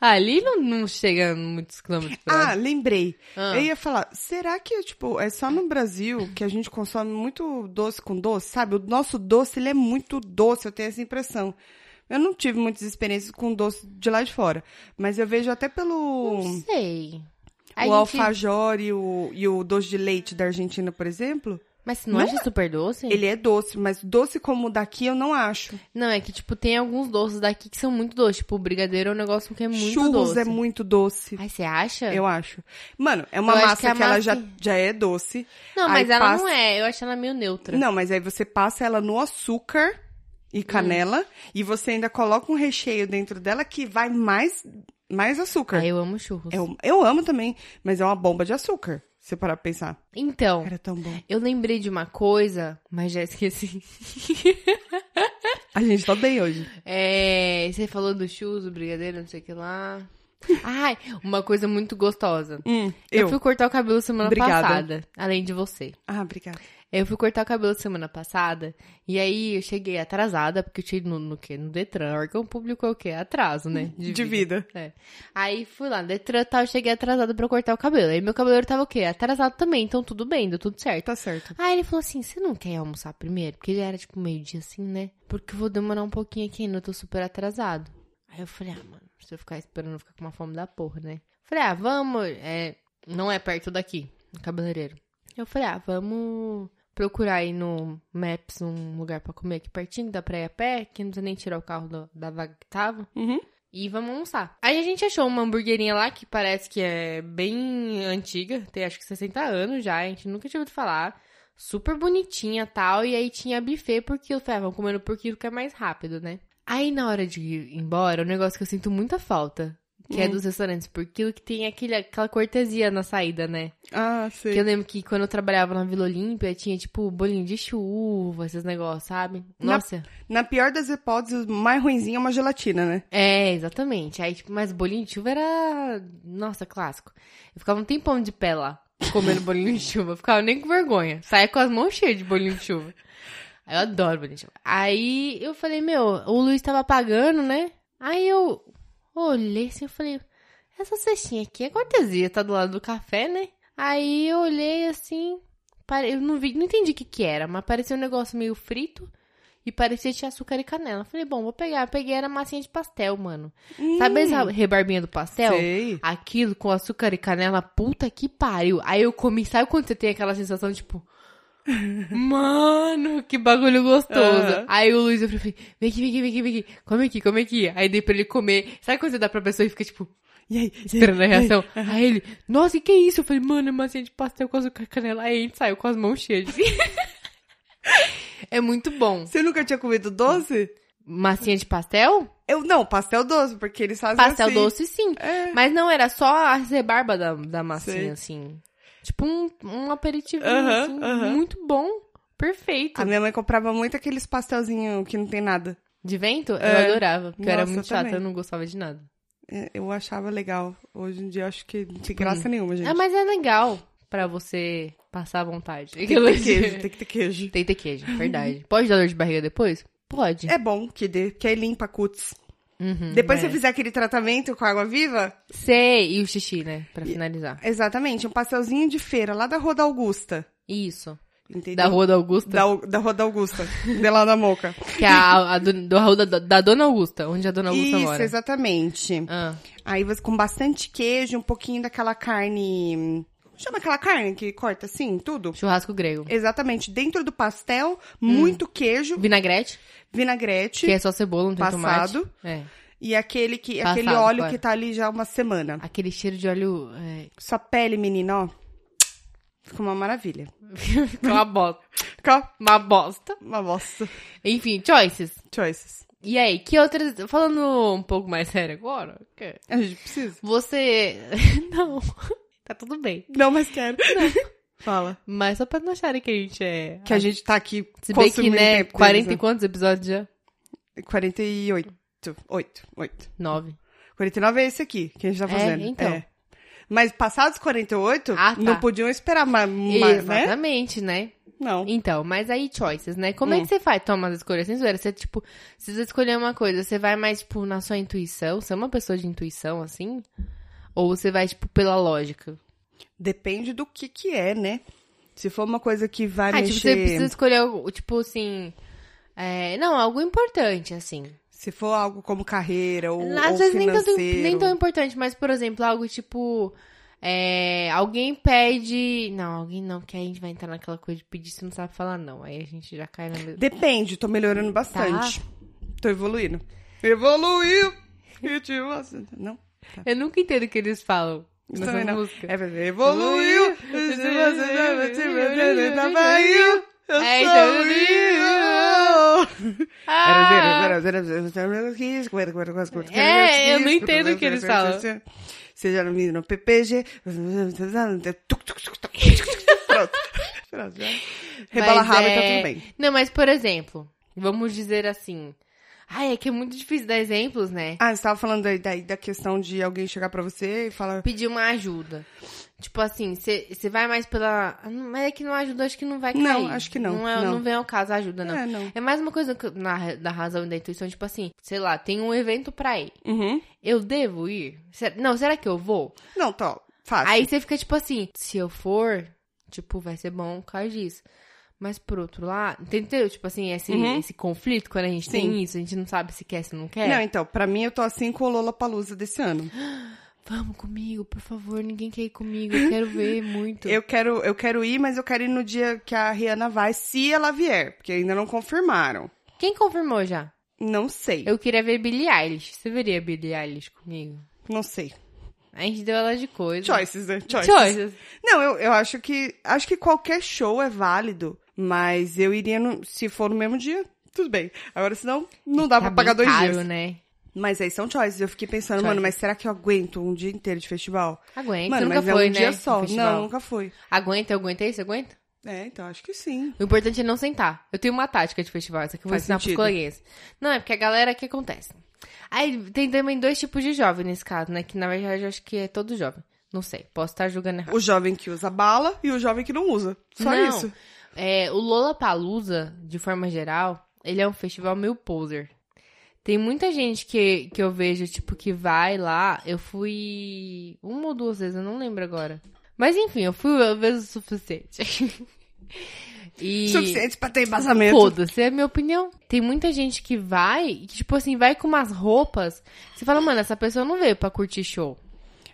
A: Ali não, não chega a muitos quilômetros por
B: Ah,
A: hora.
B: lembrei.
A: Ah.
B: Eu ia falar, será que, tipo, é só no Brasil que a gente consome muito doce com doce, sabe? O nosso doce, ele é muito doce, eu tenho essa impressão. Eu não tive muitas experiências com doce de lá de fora, mas eu vejo até pelo
A: Não sei.
B: o
A: A gente-
B: alfajor e o, e o doce de leite da Argentina, por exemplo.
A: Mas você não,
B: Não
A: acha super doce?
B: Ele é doce, mas doce como o daqui eu não acho.
A: Não, é que, tipo, tem alguns doces daqui que são muito doces. Tipo, o brigadeiro é um negócio que é muito
B: Churros
A: doce.
B: é muito doce.
A: Ai, você acha?
B: Eu acho. Mano, é uma
A: Eu acho
B: massa
A: que a
B: que, ela
A: massa-
B: já, já é doce.
A: Não, mas
B: Ai,
A: ela
B: passa-
A: não é. Eu acho ela meio neutra.
B: Não, mas aí você passa ela no açúcar
A: Hum.
B: e canela e você ainda coloca um recheio dentro dela que vai mais, mais açúcar.
A: Ah, eu amo churros.
B: Eu, eu amo também, mas é uma bomba de açúcar. Se eu parar pra pensar.
A: Então,
B: Era tão bom.
A: eu lembrei de uma coisa, mas já esqueci.
B: A gente tá bem hoje.
A: É, você falou do churros, do brigadeiro, não sei o que lá. Ai, uma coisa muito gostosa.
B: Hum,
A: Eu,
B: eu.
A: fui cortar o cabelo semana
B: Obrigada.
A: passada, além de você.
B: Ah, obrigada.
A: Eu fui cortar o cabelo semana passada, e aí eu cheguei atrasada, porque eu tinha ido no, no quê? No Detran. Órgão público é o quê? Atraso, né?
B: De, vida.
A: É. Aí fui lá no Detran e tal, cheguei atrasada pra cortar o cabelo. Aí meu cabeleireiro tava o quê? Atrasado também, então tudo bem, deu tudo certo.
B: Tá certo.
A: Aí ele falou assim: você não quer almoçar primeiro? Porque já era tipo meio-dia assim, né? Porque eu vou demorar um pouquinho aqui ainda, eu tô super atrasado. Aí eu falei: ah, mano, se eu ficar esperando, eu vou ficar com uma fome da porra, né? Falei: ah, vamos. É, não é perto daqui, no cabeleireiro. Eu falei: ah, vamos. procurar aí no Maps um lugar pra comer aqui pertinho, dá pra ir a pé, que não precisa nem tirar o carro do- da vaga que tava.
B: Uhum.
A: E vamos almoçar. Aí a gente achou uma hamburguerinha lá que parece que é bem antiga, tem acho que 60 anos já, a gente nunca tinha ouvido falar. Super bonitinha e tal, e aí tinha buffet por quilo. Falei, ah, vamos comendo por quilo que é mais rápido, né? Aí na hora de ir embora, o um negócio que eu sinto muita falta, que é
B: Hum.
A: dos restaurantes por quilo, que tem é aquele, aquela cortesia na saída, né?
B: Ah,
A: Que
B: sei.
A: eu lembro que quando eu trabalhava na Vila Olímpia, tinha, tipo, bolinho de chuva, esses negócios, sabe?
B: Na-
A: Nossa.
B: Na pior das hipóteses, o mais ruimzinho é uma gelatina, né?
A: É, exatamente. Aí, tipo, mas bolinho de chuva era. Nossa, clássico. Eu ficava um tempão de pé lá, comendo bolinho de chuva. Eu Ficava nem com vergonha. Saia com as mãos cheias de bolinho de chuva. Aí eu adoro bolinho de chuva. Aí eu falei, meu, o Luiz tava pagando, né? Aí eu olhei assim, eu falei, essa cestinha aqui é cortesia, tá do lado do café, né? Aí eu olhei assim, pare- eu não vi, não entendi o que que era, mas parecia um negócio meio frito e parecia que tinha açúcar e canela. Eu Falei, bom, vou pegar. Eu peguei era massinha de pastel, mano. Sabe essa rebarbinha do pastel?
B: Sei.
A: Aquilo com açúcar e canela, puta que pariu. Aí eu comi, sabe quando você tem aquela sensação, tipo. Mano, que bagulho gostoso.
B: Aham.
A: Aí o Luiz, eu falei, vem aqui, vem aqui, vem aqui, vem aqui. Come aqui, come aqui. Aí dei pra ele comer. Sabe quando você dá pra pessoa e fica tipo,
B: E aí?
A: esperando a reação? Aí ele, nossa, e que isso? Eu falei, mano, é massinha de pastel com açúcar e canela. Aí a gente saiu com as mãos cheias. de- é muito bom.
B: Você nunca tinha comido doce?
A: Massinha de pastel?
B: Eu, não, pastel doce, porque eles fazem
A: Pastel
B: assim.
A: doce, sim.
B: É.
A: Mas não, era só a rebarba da, da massinha,
B: Sei.
A: assim. Tipo um, um aperitivo
B: Aham,
A: assim,
B: aham.
A: muito bom. Perfeito.
B: A minha mãe comprava muito aqueles pastelzinhos que não tem nada.
A: De vento?
B: É.
A: Eu adorava, porque eu era
B: Nossa,
A: muito
B: eu
A: chata,
B: também.
A: eu não gostava de nada.
B: É, Eu achava legal. Hoje em dia eu acho que não tem graça nenhuma, gente.
A: Ah, mas é legal pra você passar à vontade.
B: Tem que ter queijo, tem que ter queijo.
A: Tem que ter queijo, verdade. Pode dar dor de barriga depois? Pode.
B: É bom que dê, que aí limpa cutis.
A: Uhum,
B: Depois
A: é.
B: você fizer aquele tratamento com água viva,
A: Sei, e o xixi, né? Pra finalizar.
B: exatamente, um pastelzinho de feira lá da Rua da Augusta.
A: Isso.
B: Entendeu?
A: Da Rua da Augusta.
B: da, Au- da Rua da Augusta, de lá da Moca.
A: Que é a, a do, do, Raul da, da Dona Augusta, onde a Dona Augusta
B: Isso,
A: mora.
B: exatamente.
A: Ah,
B: Aí você com bastante queijo, um pouquinho daquela carne. hum, Chama aquela carne que corta assim, tudo?
A: churrasco grego.
B: Exatamente. Dentro do pastel, muito queijo,
A: Vinagrete,
B: vinagrete.
A: que é só cebola, não tem
B: Passado.
A: tomate. É.
B: E aquele, que,
A: Passado,
B: aquele óleo
A: claro.
B: que tá ali já uma semana.
A: Aquele cheiro de óleo. É...
B: Sua pele, menina, ó. Ficou uma maravilha.
A: uma bosta.
B: Ficou
A: Uma bosta.
B: uma bosta.
A: Enfim, choices.
B: Choices.
A: E aí, que outras. Falando um pouco mais sério agora, que-
B: A gente precisa.
A: você. não. tá tudo bem.
B: Não, mas quero. Fala.
A: Mas só pra não acharem que a gente é.
B: Que a gente tá aqui
A: Se bem que,
B: consumindo
A: né,
B: tempo
A: 40 e
B: deles,
A: quantos episódios já?
B: né? 48. 8, 8.
A: 9.
B: 49 é esse aqui que a gente tá
A: É,
B: fazendo.
A: então.
B: É. Mas passados 48,
A: Ah, tá.
B: não podiam esperar mais, mais né?
A: Exatamente, né?
B: Não.
A: Então, mas aí choices, né? Como é
B: Hum.
A: que você faz? Toma as escolhas sem zoeira. Você, tipo, se você escolher uma coisa, você vai mais, tipo, na sua intuição? Você é uma pessoa de intuição, assim? Ou você vai, tipo, pela lógica?
B: Depende do que que é, né? Se for uma coisa que vai
A: ah,
B: mexer...
A: tipo, você precisa escolher, algo, tipo, assim... é, não, algo importante, assim.
B: Se for algo como carreira ou, ou
A: Às vezes nem tanto-
B: financeiro.
A: nem tão, importante, mas, por exemplo, algo tipo... é, alguém pede... Não, alguém não, porque aí a gente vai entrar naquela coisa de pedir, você não sabe falar não. Aí a gente já cai na mesma...
B: Depende, tô melhorando bastante.
A: Tá.
B: Tô evoluindo. Evoluiu! E te mostro- Não? Tá.
A: Eu nunca entendo o que eles falam
B: Isso
A: nessa
B: também não.
A: música.
B: É, evoluiu! E te mostro- te mostro- trabalho, eu
A: É,
B: sorrio.
A: Ah!
B: É,
A: eu não entendo o que eles falam.
B: Você já não me no PPG. Pronto. Pronto. já. Rebala
A: Mas
B: rabo e tá
A: é-
B: tudo bem.
A: Não, mas por exemplo, vamos dizer assim. Ai, é que é muito difícil dar exemplos, né?
B: Ah, você tava falando aí da, da questão de alguém chegar pra você e falar.
A: Pedir uma ajuda. Tipo assim, você vai mais pela. Ah, não, Mas é que não ajuda, acho que não vai cair.
B: Não, acho que não,
A: Não, é-
B: não.
A: não vem ao caso a ajuda, não.
B: É, não.
A: É mais uma coisa que- na, da razão e da intuição, tipo assim, sei lá, tem um evento pra ir.
B: Uhum.
A: Eu devo ir? Será- não, será que eu vou?
B: Não, tá. Fácil.
A: Aí você fica tipo assim, se eu for, tipo, vai ser bom por causa disso. Mas por outro lado, entendeu? Tipo assim, esse,
B: Uhum.
A: esse conflito, quando a gente
B: Sim.
A: é. tem isso, a gente não sabe se quer, se não quer.
B: Não, então, pra mim eu tô assim com o Lola Palusa desse ano.
A: Vamos comigo, por favor, ninguém quer ir comigo, eu quero ver muito.
B: Eu quero, eu quero ir, mas eu quero ir no dia que a Rihanna vai, se ela vier, porque ainda não confirmaram.
A: Quem confirmou já?
B: Não sei.
A: Eu queria ver Billie Eilish. Você veria Billie Eilish comigo?
B: Não sei.
A: A gente deu ela de coisa.
B: Choices, né? Choices.
A: Choices.
B: Não, eu, eu acho que acho que qualquer show é válido, mas eu iria no- se for no mesmo dia, tudo bem. Agora senão não dá
A: Tá
B: pra pagar
A: bem
B: dois
A: caro,
B: dias.
A: né?
B: Mas aí são choices. Eu fiquei pensando,
A: Choices.
B: mano, mas será que eu aguento um dia inteiro de festival?
A: Aguenta,
B: mano,
A: nunca
B: mas
A: foi,
B: é um
A: né?
B: dia
A: no
B: só.
A: festival.
B: Não, nunca foi.
A: Aguenta, eu aguentei, você aguenta?
B: É, então acho que sim.
A: O importante é não sentar. Eu tenho uma tática de festival, essa que eu vou
B: Faz
A: ensinar
B: sentido.
A: pros coleguinhas. Não, é porque a galera, o que acontece? Aí tem também dois tipos de jovem nesse caso, né? Que na verdade eu acho que é todo jovem. Não sei, posso estar julgando errado.
B: O jovem que usa bala e o jovem que não usa. Só
A: Não,
B: isso.
A: É, o Lollapalooza, de forma geral, ele é um festival meio poser. Tem muita gente que, que eu vejo, tipo, que vai lá. Eu fui uma ou duas vezes, eu não lembro agora. Mas enfim, eu fui uma vez o suficiente. e...
B: Suficiente pra ter embasamento.
A: Foda-se, é a minha opinião. Tem muita gente que vai, e que, tipo assim, vai com umas roupas. Você fala, mano, essa pessoa não veio pra curtir show.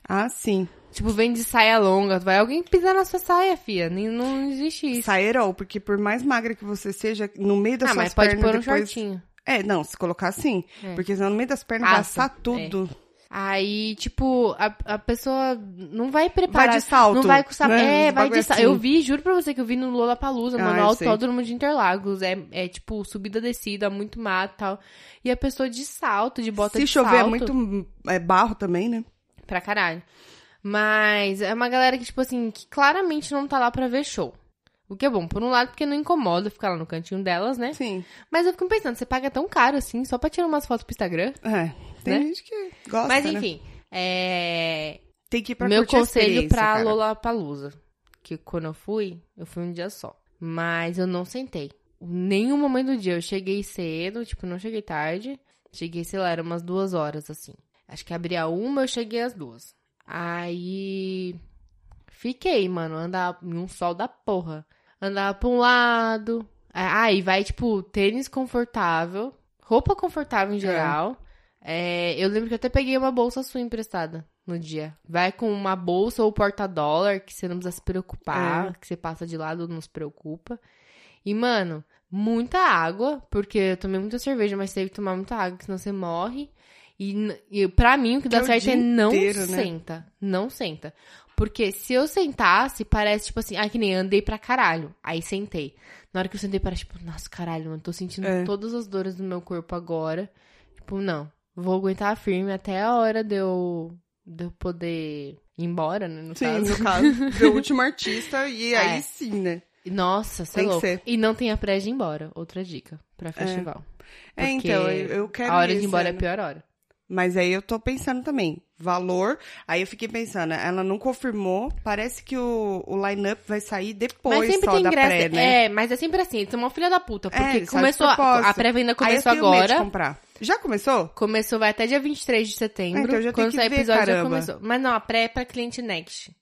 B: Ah, sim.
A: Tipo, vem de saia longa, vai alguém pisar na sua saia, fia. Nem- Não existe isso.
B: Saerol, porque por mais magra que você seja, no meio das
A: ah,
B: suas
A: mas pode
B: pernas
A: pôr um
B: depois...
A: shortinho.
B: É, não, se colocar assim.
A: É.
B: Porque senão no meio das pernas
A: Passa, É.
B: vai assar tudo.
A: Aí, tipo, a, a pessoa não vai
B: Vai
A: preparar.
B: de salto.
A: Não vai com sapato.
B: né?
A: É,
B: Uns
A: vai
B: bagulho
A: de salto.
B: assim.
A: Eu vi, juro pra você que eu vi no Lollapalooza,
B: Ah,
A: mano, no
B: eu sei.
A: autódromo de Interlagos. É, é tipo, subida, descida, muito mato e tal. E a pessoa de salto, de bota
B: Se
A: de
B: chover é
A: salto.
B: muito hum, é barro também, né?
A: Pra caralho. Mas é uma galera que, tipo assim, que claramente não tá lá pra ver show. O que é bom, por um lado, porque não incomoda ficar lá no cantinho delas, né?
B: Sim.
A: Mas eu fico pensando, você paga tão caro assim, só pra tirar umas fotos pro Instagram?
B: É. Tem
A: Né?
B: gente que gosta,
A: Mas
B: né?
A: enfim, é...
B: Tem que ir pra
A: meu
B: curtir a
A: conselho
B: experiência,
A: pra
B: cara.
A: Lollapalooza, que quando eu fui, eu fui um dia só, mas eu não sentei. Nenhum momento do dia eu cheguei cedo, tipo, não cheguei tarde. Cheguei, sei lá, era umas duas horas assim. Acho que abria uma, eu cheguei às duas. Aí fiquei, mano, andava num sol da porra. Andava pra um lado. Ah, e vai, tipo, tênis confortável, roupa confortável em geral. É, eu lembro que eu até peguei uma bolsa sua emprestada no dia. Vai com uma bolsa ou porta-dólar, que você não precisa se preocupar,
B: É.
A: que você passa de lado, não se preocupa. E, mano, muita água, porque eu tomei muita cerveja, mas teve que tomar muita água, que senão você morre. E, n- e pra mim, o que
B: Que é
A: dá
B: o
A: certo
B: dia
A: é não
B: inteiro, né?
A: senta. Não senta. Porque se eu sentasse, parece tipo assim, ah, que nem andei pra caralho. Aí sentei. Na hora que eu sentei, parece tipo, nossa, caralho, mano, tô sentindo
B: É.
A: todas as dores do meu corpo agora. Tipo, não, vou aguentar firme até a hora de eu, de eu poder ir embora, né, no
B: Sim,
A: caso.
B: no caso, do último artista, e
A: É.
B: aí sim, né?
A: Nossa, você é
B: Tem que
A: louco.
B: ser.
A: E não tenha pressa de ir embora. Outra dica pra festival.
B: É,
A: Porque
B: então, eu, eu quero né?
A: a hora
B: ir
A: de ir
B: esse
A: embora é
B: ano.
A: a pior hora.
B: Mas aí eu tô pensando também, valor. Aí eu fiquei pensando, ela não confirmou. Parece que o, o line-up vai sair depois
A: mas sempre
B: só
A: tem
B: da
A: ingresso.
B: pré, né?
A: É, mas é sempre assim, eles são uma filha da puta.
B: É,
A: Porque
B: eles fazem
A: começou.
B: de
A: A,
B: propósito.
A: a pré-venda começou
B: aí eu tenho Medo de
A: agora.
B: comprar. Já começou?
A: Começou, vai até dia 23 de setembro.
B: Ah, então eu já tenho
A: quando
B: que
A: sair
B: ver,
A: episódio já
B: caramba.
A: começou. Mas não, a pré é pra cliente Next.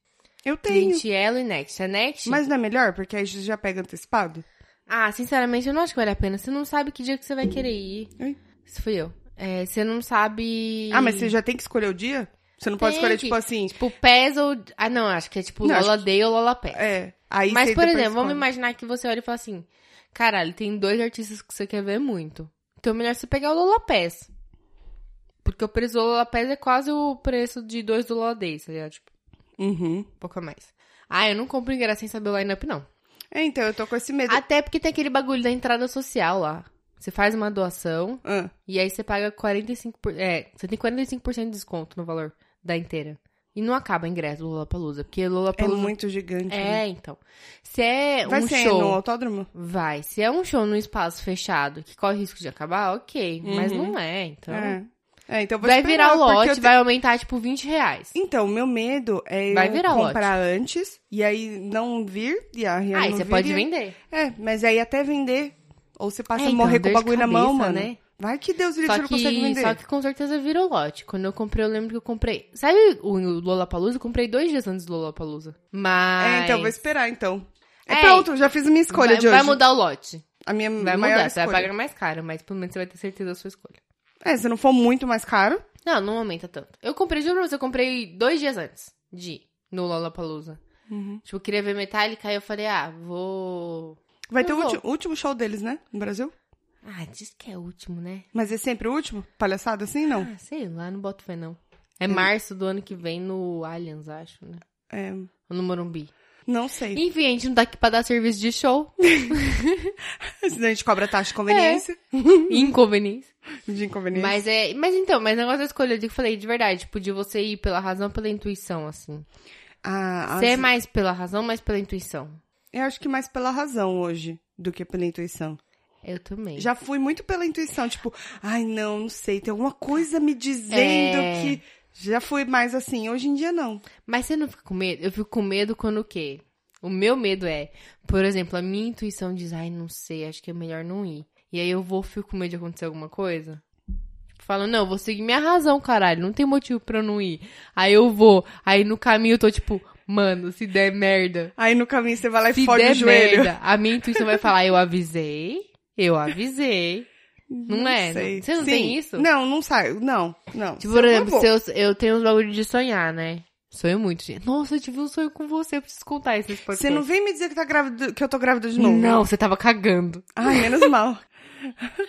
B: Eu tenho.
A: Cliente Elo e Next. É Next?
B: Mas não é melhor? Porque aí você já pega antecipado?
A: Ah, sinceramente, eu não acho que vale a pena. Você não sabe que dia que você vai querer ir.
B: Oi?
A: Isso fui eu. É, você não sabe.
B: Ah, mas você já tem que escolher o dia? Você não pode
A: Tem
B: escolher,
A: que-
B: tipo assim.
A: Tipo, PES ou. Ah, não, acho que é tipo
B: Não, acho
A: Lola Day ou Lola PES.
B: É. Aí
A: Mas,
B: você
A: por
B: depois
A: exemplo, vamos
B: escolhe.
A: imaginar que você olha e fala assim: caralho, tem dois artistas que você quer ver muito. Então é melhor você pegar o Lollapés. Porque o preço do Lollapés é quase o preço de dois do Lola Day, tá ligado? Tipo,
B: Uhum.
A: um pouco a mais. Ah, eu não compro ingresso sem saber o line-up, não.
B: É, então, eu tô com esse medo.
A: Até porque tem aquele bagulho da entrada social lá. Você faz uma doação
B: Ah,
A: e aí você paga 45%. por- É, você tem 45% de desconto no valor da inteira. E não acaba ingresso do Lollapalooza, porque
B: é
A: Lollapalooza...
B: muito gigante. né?
A: É, então. Se é
B: Vai
A: um
B: ser
A: show...
B: no autódromo?
A: Vai. Se é um show num espaço fechado que corre risco de acabar, ok. Mas
B: Uhum.
A: não é, então.
B: É. É, então eu vou
A: Vai
B: esperar,
A: virar
B: porque eu
A: lote,
B: te-
A: vai aumentar, tipo, 20 reais.
B: Então, o meu medo é
A: Vai
B: eu
A: virar lote.
B: comprar antes e aí não vir e a Rihanna
A: Aí
B: não
A: você
B: vir,
A: pode
B: e-
A: vender.
B: É, mas aí até vender. Ou você passa
A: É,
B: a
A: então,
B: morrer
A: dor
B: com o
A: de
B: bagulho na mão,
A: cabeça,
B: mano.
A: né?
B: Vai que Deus livre, você
A: Só
B: não consegue
A: que,
B: vender.
A: só que com certeza virou lote. Quando eu comprei, eu lembro que eu comprei. Sabe o Lollapalooza? Eu comprei dois dias antes do Lollapalooza. Mas.
B: É, então, vou esperar, então. É,
A: É,
B: pronto, já fiz a minha escolha
A: vai,
B: de hoje.
A: vai mudar o lote.
B: A minha
A: Vai
B: maior
A: mudar. Você
B: escolha.
A: vai pagar mais caro, mas pelo menos você vai ter certeza da sua escolha.
B: É, se não for muito mais caro,
A: Não, não aumenta tanto. Eu comprei, juro pra você, eu comprei dois dias antes de ir no Lollapalooza.
B: Uhum.
A: Tipo, eu queria ver Metallica e eu falei, ah, vou...
B: Vai
A: Eu
B: ter o
A: vou.
B: ulti- último show deles, né? No Brasil?
A: Ah, diz que é o último, né?
B: Mas é sempre o último? Palhaçada assim? Não.
A: Ah, sei lá, não boto fé não. É março do ano que vem no Allianz, acho, né?
B: É,
A: Ou no Morumbi.
B: não sei.
A: Enfim, a gente não tá aqui pra dar serviço de show.
B: Senão a gente cobra taxa de conveniência.
A: Inconveniência.
B: De inconveniência.
A: Mas é. Mas então, mas o negócio da escolha, eu digo, falei, de verdade, tipo, de você ir pela razão ou pela intuição, assim.
B: Ah,
A: Você é
B: as-
A: mais pela razão, mais pela intuição.
B: Eu acho que mais pela razão hoje do que pela intuição.
A: Eu também.
B: Já fui muito pela intuição, tipo, ai não, não sei, tem alguma coisa me dizendo
A: É.
B: que. Já fui mais assim, hoje em dia não.
A: Mas você não fica com medo? Eu fico com medo quando o quê? O meu medo é, por exemplo, a minha intuição diz, ai, não sei, acho que é melhor não ir. E aí eu vou, fico com medo de acontecer alguma coisa. Tipo, falo, não, vou seguir minha razão, caralho, não tem motivo pra eu não ir. Aí eu vou, aí no caminho eu tô tipo, mano, se der merda.
B: Aí no caminho você vai lá e
A: Se
B: fode o
A: der
B: joelho.
A: merda, a minha intuição vai falar, eu avisei, eu avisei. Não, é?
B: sei.
A: Você não
B: Sim.
A: tem isso?
B: Não, não sai. Não, não.
A: Tipo,
B: Você
A: por
B: não é
A: exemplo,
B: bom.
A: se eu, eu tenho uns bagulho de sonhar, né? Sonho muito, gente. Nossa, eu tive um sonho com você, eu preciso contar isso nesse podcast.
B: Você não vem me dizer que, tá grávida, que eu tô grávida de novo.
A: Não, você tava cagando.
B: Ai, menos mal.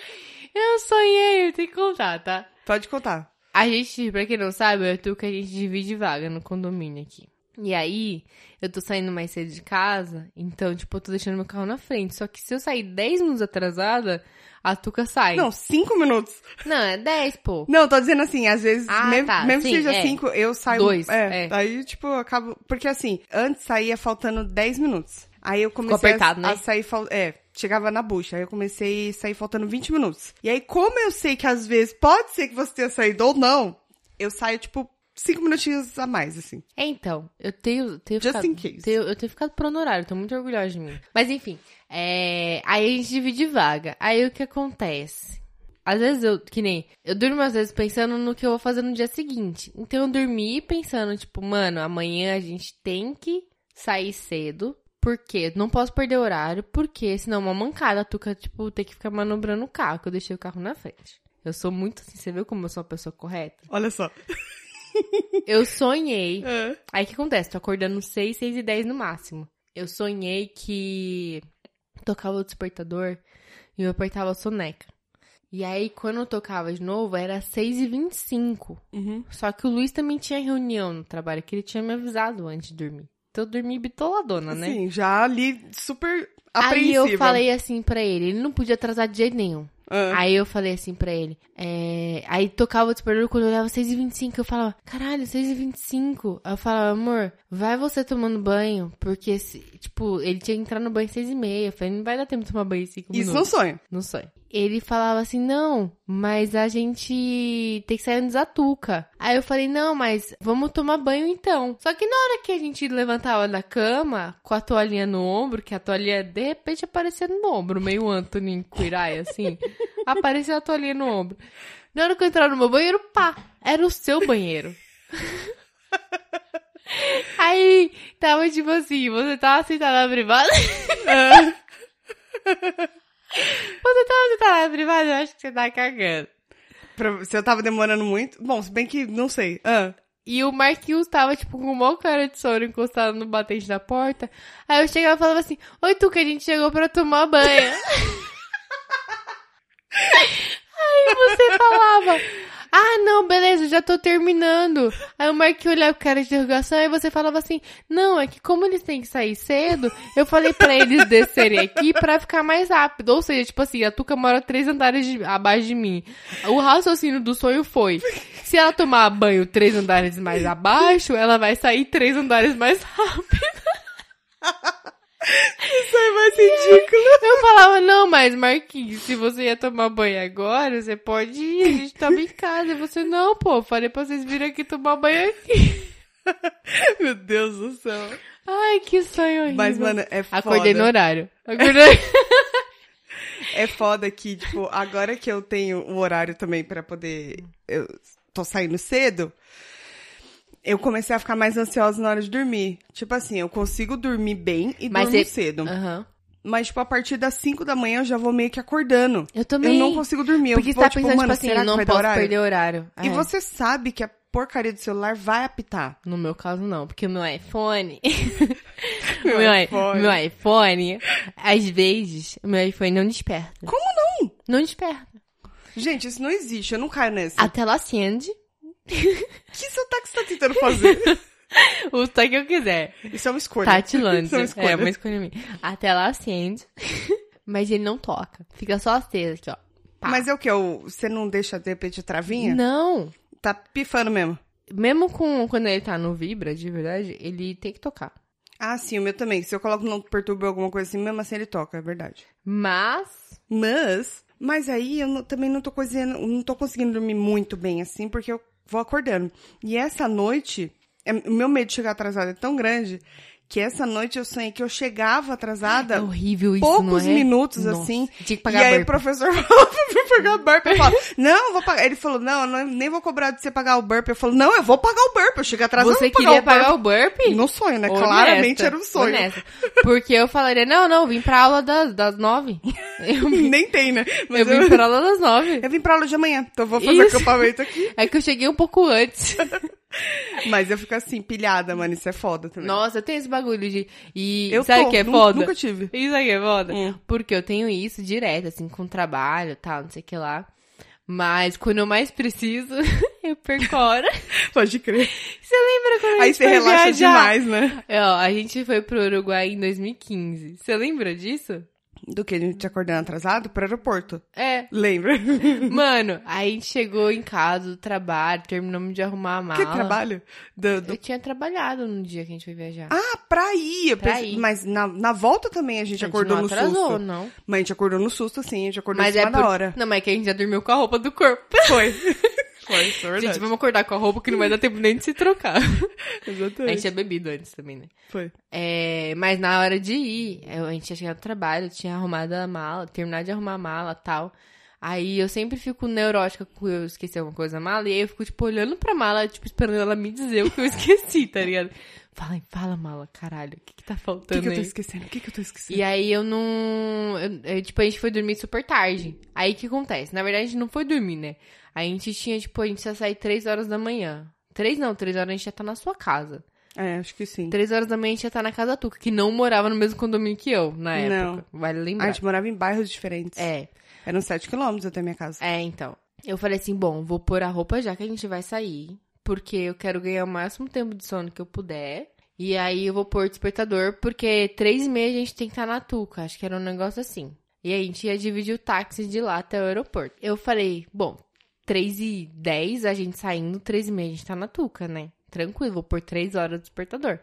A: Eu sonhei, eu tenho que contar, tá?
B: Pode contar.
A: A gente, pra quem não sabe, eu e o Tuca, a gente divide vaga no condomínio aqui. E aí, eu tô saindo mais cedo de casa, então, tipo, eu tô deixando meu carro na frente. Só que se eu sair 10 minutos atrasada, a Tuca sai.
B: Não, cinco minutos.
A: Não, é 10, pô.
B: Não, tô dizendo assim, às vezes,
A: Ah,
B: mesmo,
A: tá,
B: mesmo
A: sim,
B: que seja
A: é.
B: cinco, eu saio.
A: Dois,
B: É,
A: é.
B: Aí, tipo, eu acabo. Porque assim, antes saía faltando dez minutos. Aí eu comecei
A: apertado,
B: a,
A: né?
B: a sair. fal- É, chegava na bucha. Aí eu comecei a sair faltando 20 minutos. E aí, como eu sei que às vezes pode ser que você tenha saído ou não, eu saio, tipo, cinco minutinhos a mais, assim.
A: É, então, eu tenho, tenho
B: Just
A: ficado,
B: in case.
A: tenho- eu tenho ficado pro honorário, tô muito orgulhosa de mim. Mas enfim, é, aí a gente divide vaga. Aí o que acontece? Às vezes eu, que nem, eu durmo às vezes pensando no que eu vou fazer no dia seguinte. Então eu dormi pensando, tipo, mano, amanhã a gente tem que sair cedo, porque não posso perder horário, porque senão é uma mancada, a Tuca, tipo, tem que ficar manobrando o carro, que eu deixei o carro na frente. Eu sou muito assim, você viu como eu sou uma pessoa correta?
B: Olha só.
A: Eu sonhei
B: É.
A: Aí o que acontece? Tô acordando 6, 6 e 10 no máximo. Eu sonhei que tocava o despertador e eu apertava a soneca. E aí, quando eu tocava de novo, era 6 e 25.
B: Uhum.
A: Só que o Luiz também tinha reunião no trabalho, que ele tinha me avisado antes de dormir. Então eu dormi bitoladona, né?
B: Assim, já ali super
A: Aí
B: apreensiva.
A: eu falei assim pra ele, ele não podia atrasar de jeito nenhum.
B: Ah.
A: Aí eu falei assim pra ele. é, Aí tocava o despertador quando eu olhava 6h25. Eu falava, caralho, 6h25. Aí eu falava, amor, vai você tomando banho. Porque, se- tipo, ele tinha que entrar no banho às 6h30. Eu falei, não vai dar tempo de tomar banho em 5 minutos.
B: Isso não sonho.
A: Não sei. Ele falava assim, não, mas a gente tem que sair antes da Tuca. Aí eu falei, não, mas vamos tomar banho então. Só que na hora que a gente levantava da cama, com a toalhinha no ombro, que a toalhinha de repente aparecia no ombro, meio Anthony Quirai, assim. aparecia a toalhinha no ombro. Na hora que eu entrava no meu banheiro, pá, era o seu banheiro. Aí, tava tipo assim, você tava sentada na privada. Você tava sentada na privada, eu acho que você tá cagando.
B: Pra- Se eu tava demorando muito. Bom, se bem que não sei. Ah.
A: E o Marquinhos tava, tipo, com uma cara de sono encostado no batente da porta. Aí eu chegava e falava assim, Oi, Tuca, a gente chegou pra tomar banho. Aí você falava, ah, não, beleza, já tô terminando. Aí o Marquinhos olhava com cara de interrogação, aí você falava assim, não, é que como eles têm que sair cedo, eu falei pra eles descerem aqui pra ficar mais rápido. Ou seja, tipo assim, a Tuca mora três andares de- abaixo de mim. O raciocínio do sonho foi, se ela tomar banho três andares mais abaixo, ela vai sair três andares mais rápido.
B: Isso aí vai ser ridículo.
A: Eu falava, não, mas Marquinhos, se você ia tomar banho agora, você pode ir, a gente tava em casa. E você, não, pô, eu falei pra vocês virem aqui tomar banho aqui.
B: Meu Deus do céu.
A: Ai, que sonho horrível.
B: Mas, mano, é foda.
A: Acordei no horário. Acordei...
B: É foda que, tipo, agora que eu tenho o horário também pra poder. Eu tô saindo cedo. Eu comecei a ficar mais ansiosa na hora de dormir. Tipo assim, eu consigo dormir bem e
A: Mas é-
B: durmo
A: você-
B: cedo.
A: Aham.
B: Mas, tipo, a partir das 5 da manhã eu já vou meio que acordando.
A: Eu também.
B: Eu não consigo dormir.
A: Porque
B: eu
A: você
B: vou,
A: tá
B: tipo,
A: pensando, tipo
B: mano,
A: assim,
B: será
A: eu
B: que
A: não
B: vai
A: posso
B: dar horário?
A: perder horário.
B: E
A: É.
B: você sabe que a porcaria do celular vai apitar.
A: No meu caso, não, porque o meu iPhone.
B: Meu
A: meu, i-
B: iPhone.
A: meu iPhone, às vezes, o meu iPhone não desperta.
B: Como não?
A: Não desperta.
B: Gente, isso não existe. Eu não caio nessa.
A: A tela acende,
B: O que sotaque você tá tentando fazer?
A: o tanto que eu quiser.
B: isso é uma escolha. Isso é
A: Tatilândia.
B: uma escolha.
A: É, uma escolha minha. A tela acende, mas ele não toca. Fica só acesa aqui, ó. Pá.
B: Mas é o que? Você não deixa, de repente, travinha?
A: Não.
B: Tá pifando mesmo.
A: Mesmo com, quando ele tá no vibra, de verdade, ele tem que tocar.
B: Ah, sim, o meu também. Se eu coloco não perturba alguma coisa assim, mesmo assim ele toca, é verdade.
A: Mas,
B: Mas, mas aí eu não- também não tô cozinhando, não tô conseguindo dormir muito bem assim, porque eu vou acordando. E essa noite, é- o meu medo de chegar atrasada é tão grande que essa noite eu sonhei que eu chegava atrasada.
A: é horrível isso,
B: Poucos
A: não é?
B: minutos,
A: Nossa,
B: assim.
A: Tinha que
B: E
A: pagar
B: aí o
A: burp.
B: professor falou pra mim pagar burp. Eu falo, não, vou pagar. Ele falou, não, eu não- nem vou cobrar de você pagar o burp. Eu falo, não, eu vou pagar o burp. Eu chego atrasada,
A: Você
B: eu vou
A: queria
B: pagar
A: pagar
B: o
A: o burp?
B: burp. No sonho, né?
A: Honesta,
B: Claramente era um sonho.
A: honesta. Porque eu falaria, não, não, vim pra aula das, das nove. Eu,
B: Nem tem, né? Mas
A: eu vim pra aula das nove.
B: eu vim pra aula de amanhã, então eu vou fazer
A: Isso.
B: acampamento aqui.
A: É que eu cheguei um pouco antes.
B: Mas eu fico assim, pilhada, mano, isso é foda também.
A: Nossa, eu tenho esse bagulho de... E
B: eu
A: sabe
B: tô,
A: o que é
B: nu-
A: foda?
B: Nunca tive.
A: Isso aqui é foda.
B: Hum.
A: Porque eu tenho isso direto, assim, com trabalho e tal, não sei o que lá. Mas quando eu mais preciso, eu perco a hora.
B: Pode crer.
A: Você lembra quando a
B: Aí
A: gente
B: você
A: foi
B: relaxa
A: viajar?
B: demais, né?
A: É, ó, a gente foi pro Uruguai em 2015. Você lembra disso?
B: Do que? A gente acordando atrasado pro aeroporto.
A: É.
B: Lembra?
A: Mano, aí a gente chegou em casa do trabalho, terminamos de arrumar a mala.
B: Que trabalho? Do- do-
A: Eu tinha trabalhado no dia que a gente foi viajar.
B: Ah, pra ir. eu
A: Pra
B: pensei-
A: ir.
B: Mas na, na volta também a gente, né? acordou
A: não
B: no
A: atrasou,
B: susto.
A: não.
B: Mas a gente acordou no susto, assim. A gente acordou
A: Mas
B: em
A: é
B: cima
A: por...
B: da hora.
A: Não, mas é que a gente já dormiu com a roupa do corpo.
B: Foi. Foi, isso é verdade.
A: Gente, vamos acordar com a roupa que não vai dar tempo nem de se trocar. a gente
B: Exatamente.
A: tinha bebido antes também, né?
B: Foi.
A: É, mas na hora de ir, eu- a gente tinha chegado do trabalho, eu tinha arrumado a mala, terminado de arrumar a mala tal. Aí eu sempre fico neurótica com eu esqueci alguma coisa na mala, e aí eu fico, tipo, olhando pra mala, tipo, esperando ela me dizer o que eu esqueci, tá ligado? Fala, fala, mala, caralho, o que, que tá
B: O que,
A: faltando
B: que eu tô
A: aí?
B: esquecendo? O que, que eu tô esquecendo?
A: E aí eu não. eu- eu, tipo, a gente foi dormir super tarde. Aí o que acontece? Na verdade, a gente não foi dormir, né? A gente tinha, tipo, a gente ia sair três horas da manhã. Três não, três horas a gente já tá na sua casa.
B: É, acho que sim.
A: Três horas da manhã a gente ia estar na casa da Tuca, que não morava no mesmo condomínio que eu, na
B: Não.
A: época. Vale
B: A
A: lembrar.
B: gente morava em bairros diferentes.
A: É,
B: Eram 7 quilômetros até minha casa.
A: é, então. Eu falei assim, bom, vou pôr a roupa já que a gente vai sair, porque eu quero ganhar o máximo tempo de sono que eu puder. E aí eu vou pôr o despertador, porque três e meia a gente tem que estar na Tuca, acho que era um negócio assim. E aí a gente ia dividir o táxi de lá até o aeroporto. Eu falei, bom, três e dez a gente saindo, três e meia a gente tá na Tuca, né? Tranquilo, vou pôr três horas do despertador.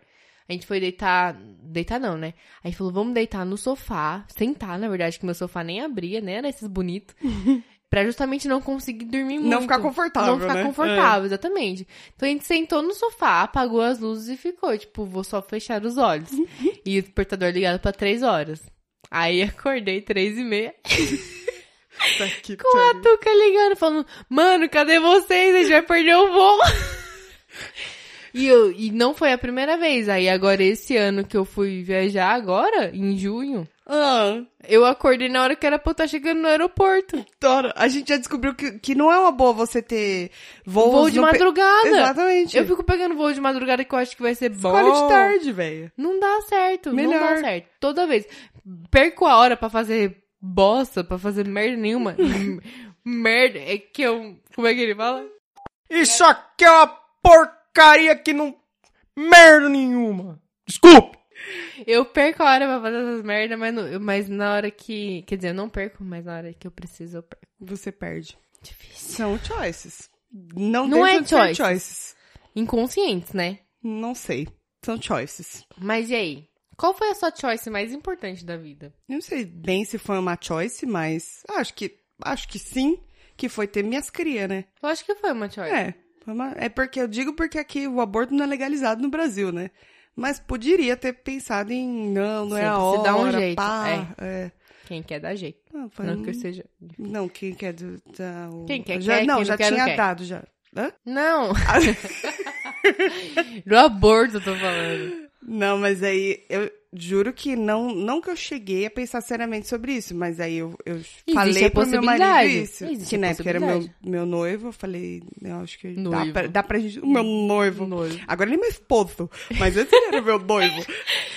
A: A gente foi deitar. Deitar não, né? Aí falou, vamos deitar no sofá, sentar, na verdade, que meu sofá nem abria, né? Era esses bonitos. pra justamente não conseguir dormir muito.
B: Não ficar confortável,
A: Não ficar
B: né?
A: confortável, É. exatamente. Então a gente sentou no sofá, apagou as luzes e ficou, tipo, vou só fechar os olhos. e o despertador ligado pra três horas. Aí acordei três e meia Tipo,
B: Tá que
A: com a Tuca ligando, falando, mano, cadê vocês? A gente vai perder o voo. E, eu, e não foi a primeira vez. Aí agora, esse ano que eu fui viajar agora, em junho,
B: Ah,
A: eu acordei na hora que era pra eu estar chegando no aeroporto.
B: adoro. A gente já descobriu que, que não é uma boa você ter voos
A: voo de
B: no pe-
A: madrugada.
B: Exatamente.
A: Eu fico pegando voo de madrugada que eu acho que vai ser bom.
B: Escolhe de tarde, velho.
A: Não dá certo. Não
B: Melhor.
A: dá certo. Toda vez. Perco a hora pra fazer bosta, pra fazer merda nenhuma. merda. É que eu. Como é que ele fala?
C: Isso aqui é uma porcaria que não. Merda nenhuma! Desculpa!
A: Eu perco a hora pra fazer essas merda, mas, não- mas na hora que. Quer dizer, eu não perco, mas na hora que eu preciso, eu perco.
B: Você perde.
A: Difícil.
B: São choices. Não,
A: Não
B: deixam
A: é
B: de ser
A: choices.
B: choices.
A: Inconscientes, né?
B: Não sei. São choices.
A: Mas e aí? Qual foi a sua choice mais importante da vida?
B: Eu não sei bem se foi uma choice, mas acho que acho que sim, que foi ter minhas crias, né?
A: Eu acho que foi uma choice.
B: É. foi uma- É porque eu digo porque aqui o aborto não é legalizado no Brasil, né? Mas poderia ter pensado em não, não é a
A: Sempre
B: hora,
A: se dá um jeito,
B: pá. É.
A: Quem quer dá jeito.
B: Não, foi
A: Não
B: um-
A: que eu seja.
B: Não, quem quer do- dar o...
A: Quem quer,
B: já,
A: quer,
B: Não,
A: quem não
B: já
A: quer, não
B: tinha
A: quer.
B: dado, já. Hã?
A: Não! Do aborto, eu tô falando.
B: Não, mas aí eu, juro que não, não que eu cheguei a pensar seriamente sobre isso, mas aí eu, eu
A: a
B: falei pro meu marido
A: possibilidade.
B: isso.
A: Existe
B: que
A: a
B: na época era meu,
A: possibilidade.
B: meu noivo, eu falei, eu acho que dá
A: Noivo.
B: pra, dá pra gente. O meu noivo.
A: Noivo.
B: Agora ele é meu esposo, mas antes ele era meu noivo.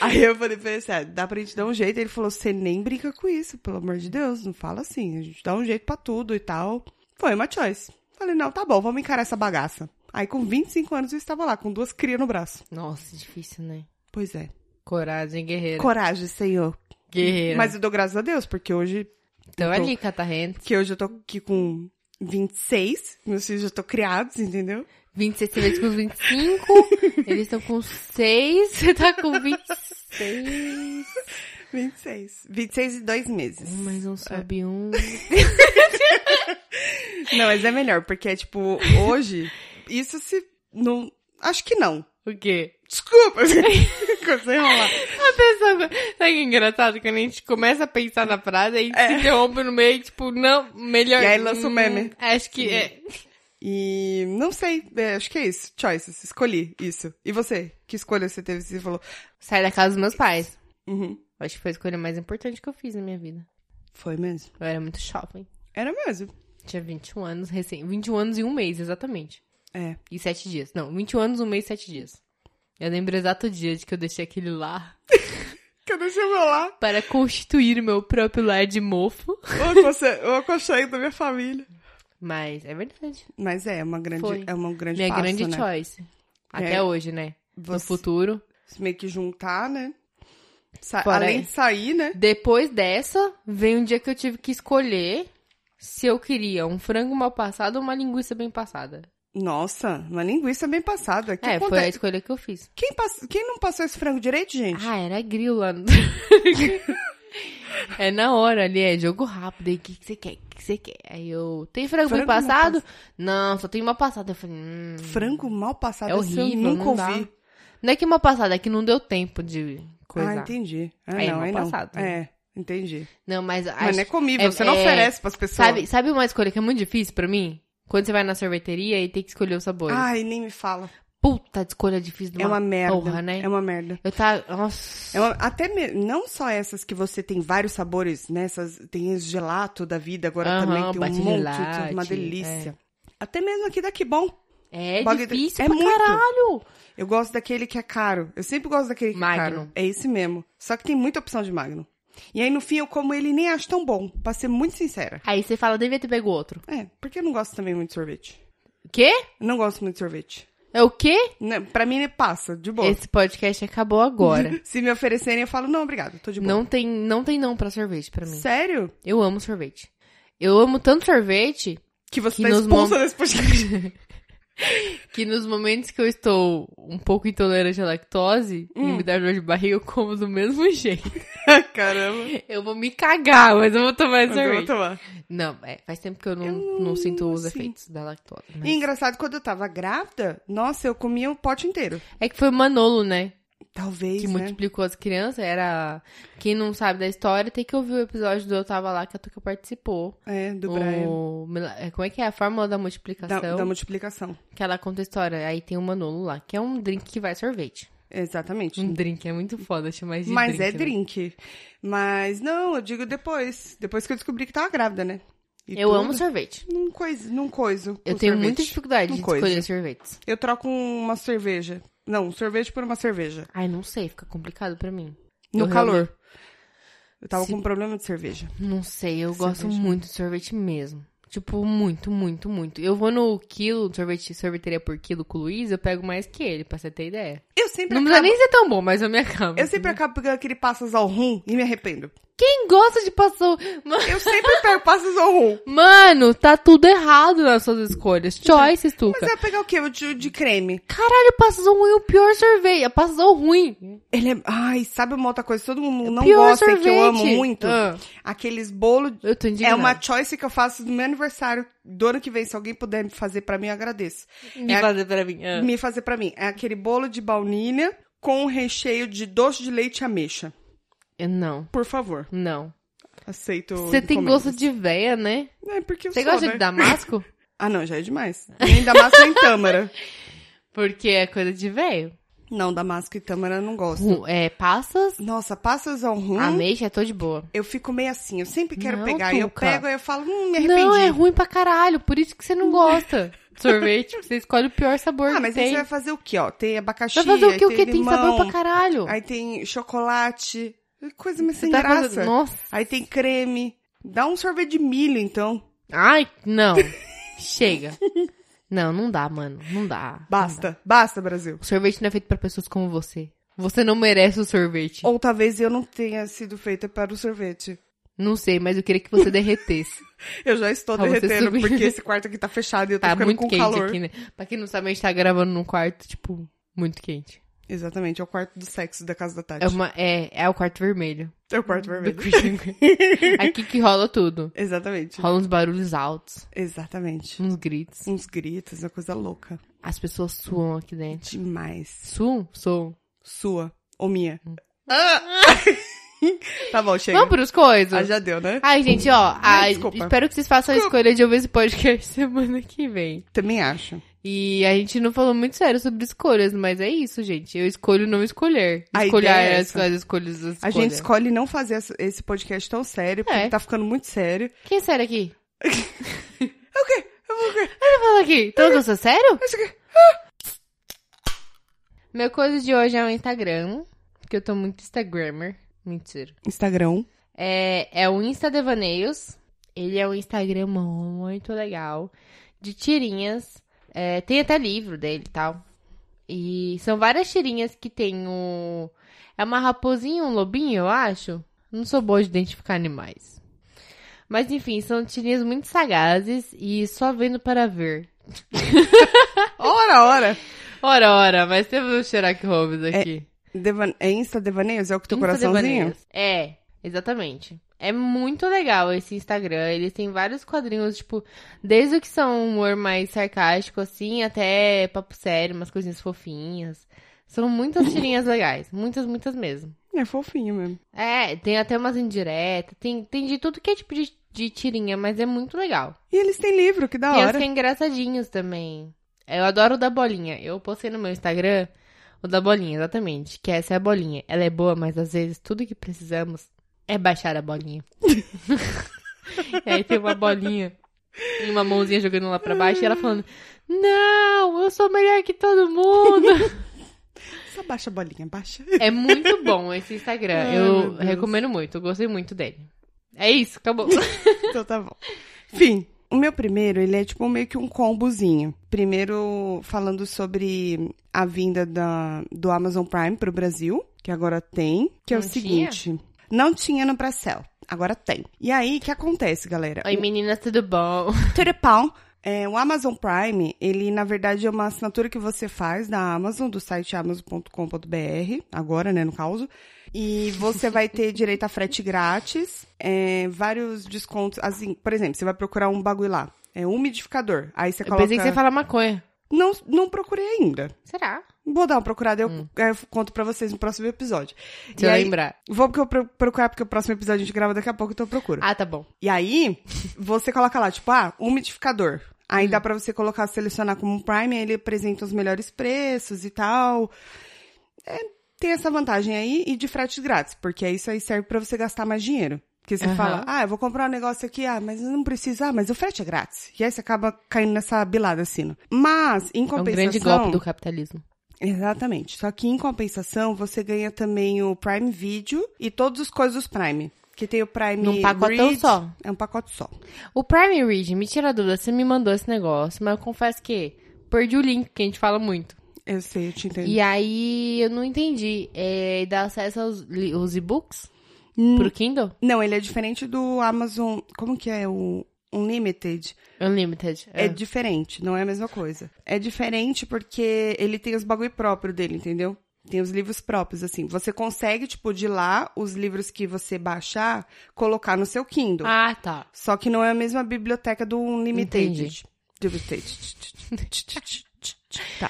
B: Aí eu falei pra ele assim, ah, dá pra gente dar um jeito. Ele falou, você nem brinca com isso, pelo amor de Deus, não fala assim, a gente dá um jeito pra tudo e tal. Foi uma choice. Falei, não, tá bom, vamos encarar essa bagaça. Aí com 25 anos eu estava lá, com duas crias no braço.
A: Nossa, difícil, né?
B: Pois é.
A: Coragem, guerreira.
B: Coragem, senhor.
A: guerreira.
B: Mas eu dou graças a Deus, porque hoje,
A: então
B: tô-
A: ali, Catarrento.
B: que hoje eu tô aqui com 26, meus filhos já estão criados, entendeu?
A: 26 vezes com 25. eles estão com 6. Você tá com 26.
B: 26. 26 e dois meses.
A: Um mais um sobe um.
B: Não, mas é melhor, porque é tipo, hoje, isso se. Não. Acho que não.
A: O quê?
B: Desculpa, comecei a enrolar.
A: A pessoa. Sabe que é engraçado? Quando a gente começa a pensar na frase, aí se interrompe no meio, tipo, não, melhor.
B: E aí lança o
A: Hum,
B: meme.
A: Acho que é.
B: E não sei, é, acho que é isso. Choices, escolhi isso. E você? Que escolha você teve? Você falou.
A: Sai da casa dos meus pais.
B: Uhum.
A: Acho que foi a escolha mais importante que eu fiz na minha vida.
B: Foi mesmo.
A: Eu era muito jovem.
B: Era mesmo.
A: Tinha 21 anos, recém. 21 anos e um mês, exatamente.
B: É.
A: E sete dias. Não, 21 anos, um mês e sete dias. Eu lembro o exato dia de que eu deixei aquele lá
B: Que eu deixei meu lá.
A: para constituir meu próprio lar de mofo.
B: O aconse- O aconselho da minha família.
A: Mas é verdade.
B: Mas é, é uma grande,
A: Foi.
B: é uma grande
A: Minha
B: passo,
A: grande
B: né?
A: choice. Até
B: É.
A: hoje, né? No
B: Você
A: futuro.
B: meio que juntar, né? Sa-
A: Fora
B: além
A: aí.
B: de sair, né?
A: Depois dessa, veio um dia que eu tive que escolher se eu queria um frango mal passado ou uma linguiça bem passada.
B: Nossa, uma linguiça bem passada. Que
A: é, foi a
B: acontece-
A: escolha que eu fiz.
B: quem, pass- quem não passou esse frango direito, gente?
A: Ah, era grilo lá. no- é na hora ali, é jogo rápido. Aí, o que que você quer? O que que você quer? Aí eu, tem frango,
B: Frango
A: bem
B: mal
A: passado? Não, só tem uma passada. Eu falei, hum...
B: frango mal passado,
A: É
B: esse eu
A: horrível,
B: nunca
A: não dá.
B: ouvi.
A: Não é que uma passada, é que não deu tempo de
B: Ah,
A: coisar.
B: entendi. Ah,
A: Aí é
B: não,
A: mal
B: aí não.
A: passado,
B: É, entendi.
A: não, mas...
B: Mas
A: acho-
B: não é comível,
A: é-
B: você não
A: é-
B: oferece pras pessoas.
A: sabe, sabe uma escolha que é muito difícil pra mim? Quando você vai na sorveteria e tem que escolher os sabores.
B: Ai, nem me fala.
A: Puta de escolha difícil. de
B: Ah. É uma merda.
A: Porra, né?
B: É uma merda.
A: Eu tava... Nossa...
B: É uma- até me- não só essas que você tem vários sabores, né? Essas, tem esse gelato da vida, agora
A: Aham,
B: também tem um
A: bate
B: monte,
A: gelate,
B: uma delícia. Até mesmo aqui da Que Bom.
A: É,
B: Bagulho-
A: difícil
B: é
A: pra
B: muito.
A: caralho.
B: Eu gosto daquele que é caro. Eu sempre gosto daquele que é
A: Magno.
B: caro. É esse mesmo. Só que tem muita opção de Magno. E aí, no fim, eu como ele e nem acho tão bom, pra ser muito sincera.
A: Aí você fala, devia ter pego outro.
B: É, porque eu não gosto também muito de sorvete.
A: Quê?
B: Eu não gosto muito de sorvete.
A: É o quê?
B: Né, Pra mim, ele passa, de boa.
A: Esse podcast acabou agora.
B: Se me oferecerem, eu falo, não, obrigado, tô de boa.
A: não tem não tem não pra sorvete pra mim.
B: Sério?
A: Eu amo sorvete. Eu amo tanto sorvete
B: Que você
A: Que
B: tá
A: nos
B: expulsa
A: mom-
B: desse podcast.
A: que nos momentos que eu estou um pouco intolerante à lactose
B: Hum.
A: e me dá dor de barriga, eu como do mesmo jeito.
B: Caramba.
A: Eu vou me cagar, mas eu vou tomar
B: Mas eu vou
A: É sorvete.
B: tomar.
A: Não, é, faz tempo que eu não,
B: Eu não-
A: não sinto os
B: sim.
A: efeitos da lactose. né? mas-
B: E engraçado, quando eu tava grávida, nossa, eu comia o pote inteiro.
A: É que foi o Manolo, né?
B: Talvez,
A: Que
B: né?
A: multiplicou as crianças. Era. Quem não sabe da história tem que ouvir o episódio do Eu Tava Lá que a Tuca participou.
B: É, do Brian.
A: o... mila- é, Como é que é? A fórmula da multiplicação.
B: Da, da multiplicação.
A: Que ela conta a história. Aí tem o Manolo lá, que é um drink que vai sorvete.
B: Exatamente.
A: Um drink, é muito foda chamar de
B: Mas
A: drink. né?
B: é drink. Mas não, eu digo depois. Depois que eu descobri que tava grávida, né? E
A: Né? Eu
B: tudo,
A: amo sorvete.
B: Não coiso, não coiso.
A: Eu
B: com
A: tenho
B: sorvete.
A: muita dificuldade
B: Não
A: de
B: coisa.
A: escolher sorvetes.
B: Eu troco uma cerveja. Não, um sorvete por uma cerveja.
A: Ai, não sei, fica complicado pra mim.
B: No
A: Eu
B: calor.
A: realmente-
B: Eu tava
A: Se-
B: com um problema de cerveja.
A: Não sei, eu gosto
B: Sorvete.
A: muito de sorvete mesmo. Tipo, muito, muito, muito. Eu vou no quilo, sorvete, sorveteria por quilo com o Luiz, eu pego mais que ele, pra você ter ideia.
B: Eu sempre
A: Não precisa
B: acabo...
A: nem né? ser tão bom, mas eu me acabo.
B: Eu sempre acabo pegando aquele passas ao rum e me arrependo.
A: Quem gosta de passou... Ma-
B: Eu sempre pego passas ao rum.
A: Mano, tá tudo errado nas suas escolhas. Choices, Tuca.
B: Mas eu ia pegar o quê? O de, de creme.
A: é- Caralho, passou ruim, o pior sorvete. Passou ruim.
B: Ele é... Ai, sabe uma outra coisa? que Todo mundo não
A: É pior
B: gosta e que eu amo
A: sorvete.
B: muito?
A: Ah.
B: Aqueles bolos
A: Eu tô
B: É
A: indignada.
B: uma choice que eu faço no meu aniversário do ano que vem. Se alguém puder me fazer pra mim, eu agradeço.
A: Me
B: é a-
A: fazer pra mim. ah.
B: Me fazer pra mim. É aquele bolo de baunilha com um recheio de doce de leite e ameixa.
A: Eu É, Não,
B: Por favor,
A: não.
B: aceito.
A: Você tem
B: encomendas.
A: gosto de véia, né?
B: É, porque eu
A: Você
B: sou,
A: gosta
B: né?
A: de damasco?
B: Ah, não, já é demais. Nem damasco nem tâmara.
A: Porque é coisa de véio.
B: Não, damasco e tâmara eu não gosto.
A: Ru- É, passas,
B: Nossa, passas ao rum.
A: ameixa, é, tô de boa.
B: Eu fico meio assim, eu sempre quero
A: Não,
B: pegar. E eu
A: Tuca.
B: pego e eu falo, hum, me arrependi.
A: Não, é ruim pra caralho, por isso que você não gosta. Sorvete, você escolhe o pior sabor
B: Ah,
A: que
B: mas aí
A: tem.
B: você vai fazer o quê, ó? Tem abacaxi,
A: Vai fazer o que?
B: aí
A: O que? Tem
B: limão,
A: sabor pra caralho.
B: Aí tem chocolate, é coisa mais
A: Você
B: sem
A: tá
B: graça.
A: fazendo- Nossa.
B: Aí tem creme. Dá um sorvete de milho, então.
A: Ai, não. Chega. Não, não dá, mano. Não dá. Não dá.
B: Basta, basta, Brasil.
A: O sorvete não é feito pra pessoas como você. Você não merece o sorvete.
B: Ou talvez eu não tenha sido feita para o sorvete.
A: Não sei, mas eu queria que você derretesse.
B: Eu já estou
A: Pra você
B: derretendo,
A: subir.
B: porque esse quarto aqui tá fechado e eu tô
A: Tá
B: ficando
A: muito
B: com
A: quente
B: calor.
A: aqui, né? Pra quem não sabe, a gente tá gravando num quarto, tipo, muito quente.
B: Exatamente, é o quarto do sexo da casa da Tati.
A: É, uma, é, é o quarto vermelho.
B: É o quarto
A: Do
B: vermelho.
A: Christian Grey. Aqui que rola tudo.
B: Exatamente.
A: Rola uns barulhos altos,
B: Exatamente.
A: uns gritos.
B: Uns gritos, uma coisa louca.
A: As pessoas suam aqui dentro.
B: Demais.
A: Suam? Suam.
B: Sua ou minha?
A: Hum.
B: Ah! tá bom, chega.
A: Vamos pros coisas?
B: Ah, já deu, né?
A: Ai, gente, ó.
B: Ai,
A: a-
B: desculpa.
A: espero que vocês façam a escolha de ouvir esse podcast semana que vem.
B: Também acho.
A: E a gente não falou muito sério sobre escolhas, mas é isso, gente. Eu escolho não escolher.
B: A
A: Escolher
B: ideia é
A: as,
B: essa.
A: as escolhas das
B: A
A: escolhas.
B: gente escolhe não fazer essa- esse podcast tão sério, porque
A: É.
B: tá ficando muito sério. É
A: Quem é sério aqui?
B: O quê? O quê?
A: Olha eu falar aqui. Então, eu sou sério?
B: Isso aqui.
A: Meu coisa de hoje é o Instagram, porque eu tô muito Instagrammer. Mentira.
B: Instagram.
A: É, é o Insta Devaneios. Ele é um Instagram muito legal. De tirinhas. É, tem até livro dele e tal. E são várias tirinhas que tem o. É uma raposinha, um lobinho, eu acho. Não sou boa de identificar animais. Mas enfim, são tirinhas muito sagazes e só vendo para ver.
B: Ora, ora.
A: Ora, ora, mas temos o Sherlock Holmes aqui.
B: Devan... É Insta Devaneios? É o que teu
A: Insta
B: coraçãozinho?
A: Devaneios. É, exatamente. É muito legal esse Instagram. Eles têm vários quadrinhos, tipo, desde o que são um humor mais sarcástico, assim, até papo sério, umas coisinhas fofinhas. São muitas tirinhas legais. Muitas, muitas mesmo.
B: É fofinho mesmo.
A: É, tem até umas indiretas, tem, tem de tudo que é tipo de, de tirinha, mas é muito legal.
B: E eles têm livro, que da
A: E as
B: hora.
A: que é engraçadinhos também. Eu adoro o da bolinha. Eu postei no meu Instagram o da bolinha, exatamente. Que essa é a bolinha. Ela é boa, mas às vezes tudo que precisamos é baixar a bolinha. e aí tem uma bolinha e uma mãozinha jogando lá pra baixo e ela falando: Não, eu sou melhor que todo mundo.
B: Só baixa a bolinha, baixa.
A: é muito bom esse Instagram.
B: Ai, meu
A: eu
B: Deus.
A: recomendo muito. Eu gostei muito dele. É isso, acabou.
B: então tá bom. Fim. O meu primeiro, ele é tipo meio que um combozinho. Primeiro, falando sobre a vinda da, do Amazon Prime pro Brasil, que agora tem, que é
A: Não
B: o
A: tinha?
B: seguinte. Não tinha no Bracel, agora tem. E aí, o que acontece, galera?
A: Oi, meninas, tudo bom?
B: Terepão. É, o Amazon Prime, ele na verdade é uma assinatura que você faz da Amazon, do site amazon.com.br, agora, né, no caso. E você vai ter direito a frete grátis, é, vários descontos. Assim, por exemplo, você vai procurar um bagulho lá, é um umidificador. Aí você
A: Eu
B: coloca.
A: pensei que você ia falar maconha.
B: Não, não procurei ainda.
A: Será?
B: Vou dar uma procurada, eu, aí eu conto pra vocês no próximo episódio.
A: Se
B: e
A: Hum. Então eu
B: aí,
A: lembrar.
B: vou porque eu pro- procurar, porque o próximo episódio a gente grava daqui a pouco, então eu procuro.
A: Ah, tá bom.
B: E aí, você coloca lá, tipo, ah, umidificador. Aí
A: Hum.
B: dá pra você colocar, selecionar como um Prime, aí ele apresenta os melhores preços e tal. É, tem essa vantagem aí e de frete grátis, porque isso aí serve pra você gastar mais dinheiro. Porque você
A: Aham.
B: fala, ah, eu vou comprar um negócio aqui, ah, mas eu não preciso, ah, mas o frete é grátis. E aí você acaba caindo nessa bilada assim. Mas, em
A: É um
B: compensação...
A: grande golpe do capitalismo.
B: Exatamente. Só que em compensação, você ganha também o Prime Video e todos os coisas Prime. Que tem o Prime
A: Num pacotão
B: Read,
A: só.
B: É um pacote só.
A: O Prime Read, me tira a dúvida, você me mandou esse negócio, mas eu confesso que perdi o link, que a gente fala muito.
B: Eu sei, eu te entendi.
A: E é- aí eu não entendi. É, dá acesso aos li- aos e-books
B: Hum.
A: pro Kindle?
B: Não, ele é diferente do Amazon. Como que é o Unlimited?
A: Unlimited.
B: É.
A: É.
B: diferente, não é a mesma coisa. É diferente porque ele tem os bagulho próprio dele, entendeu? Tem os livros próprios, assim. Você consegue, tipo, de lá, os livros que você baixar, colocar no seu Kindle.
A: Ah, tá.
B: Só que não é a mesma biblioteca do Unlimited.
A: Entendi.
B: Unlimited. tá.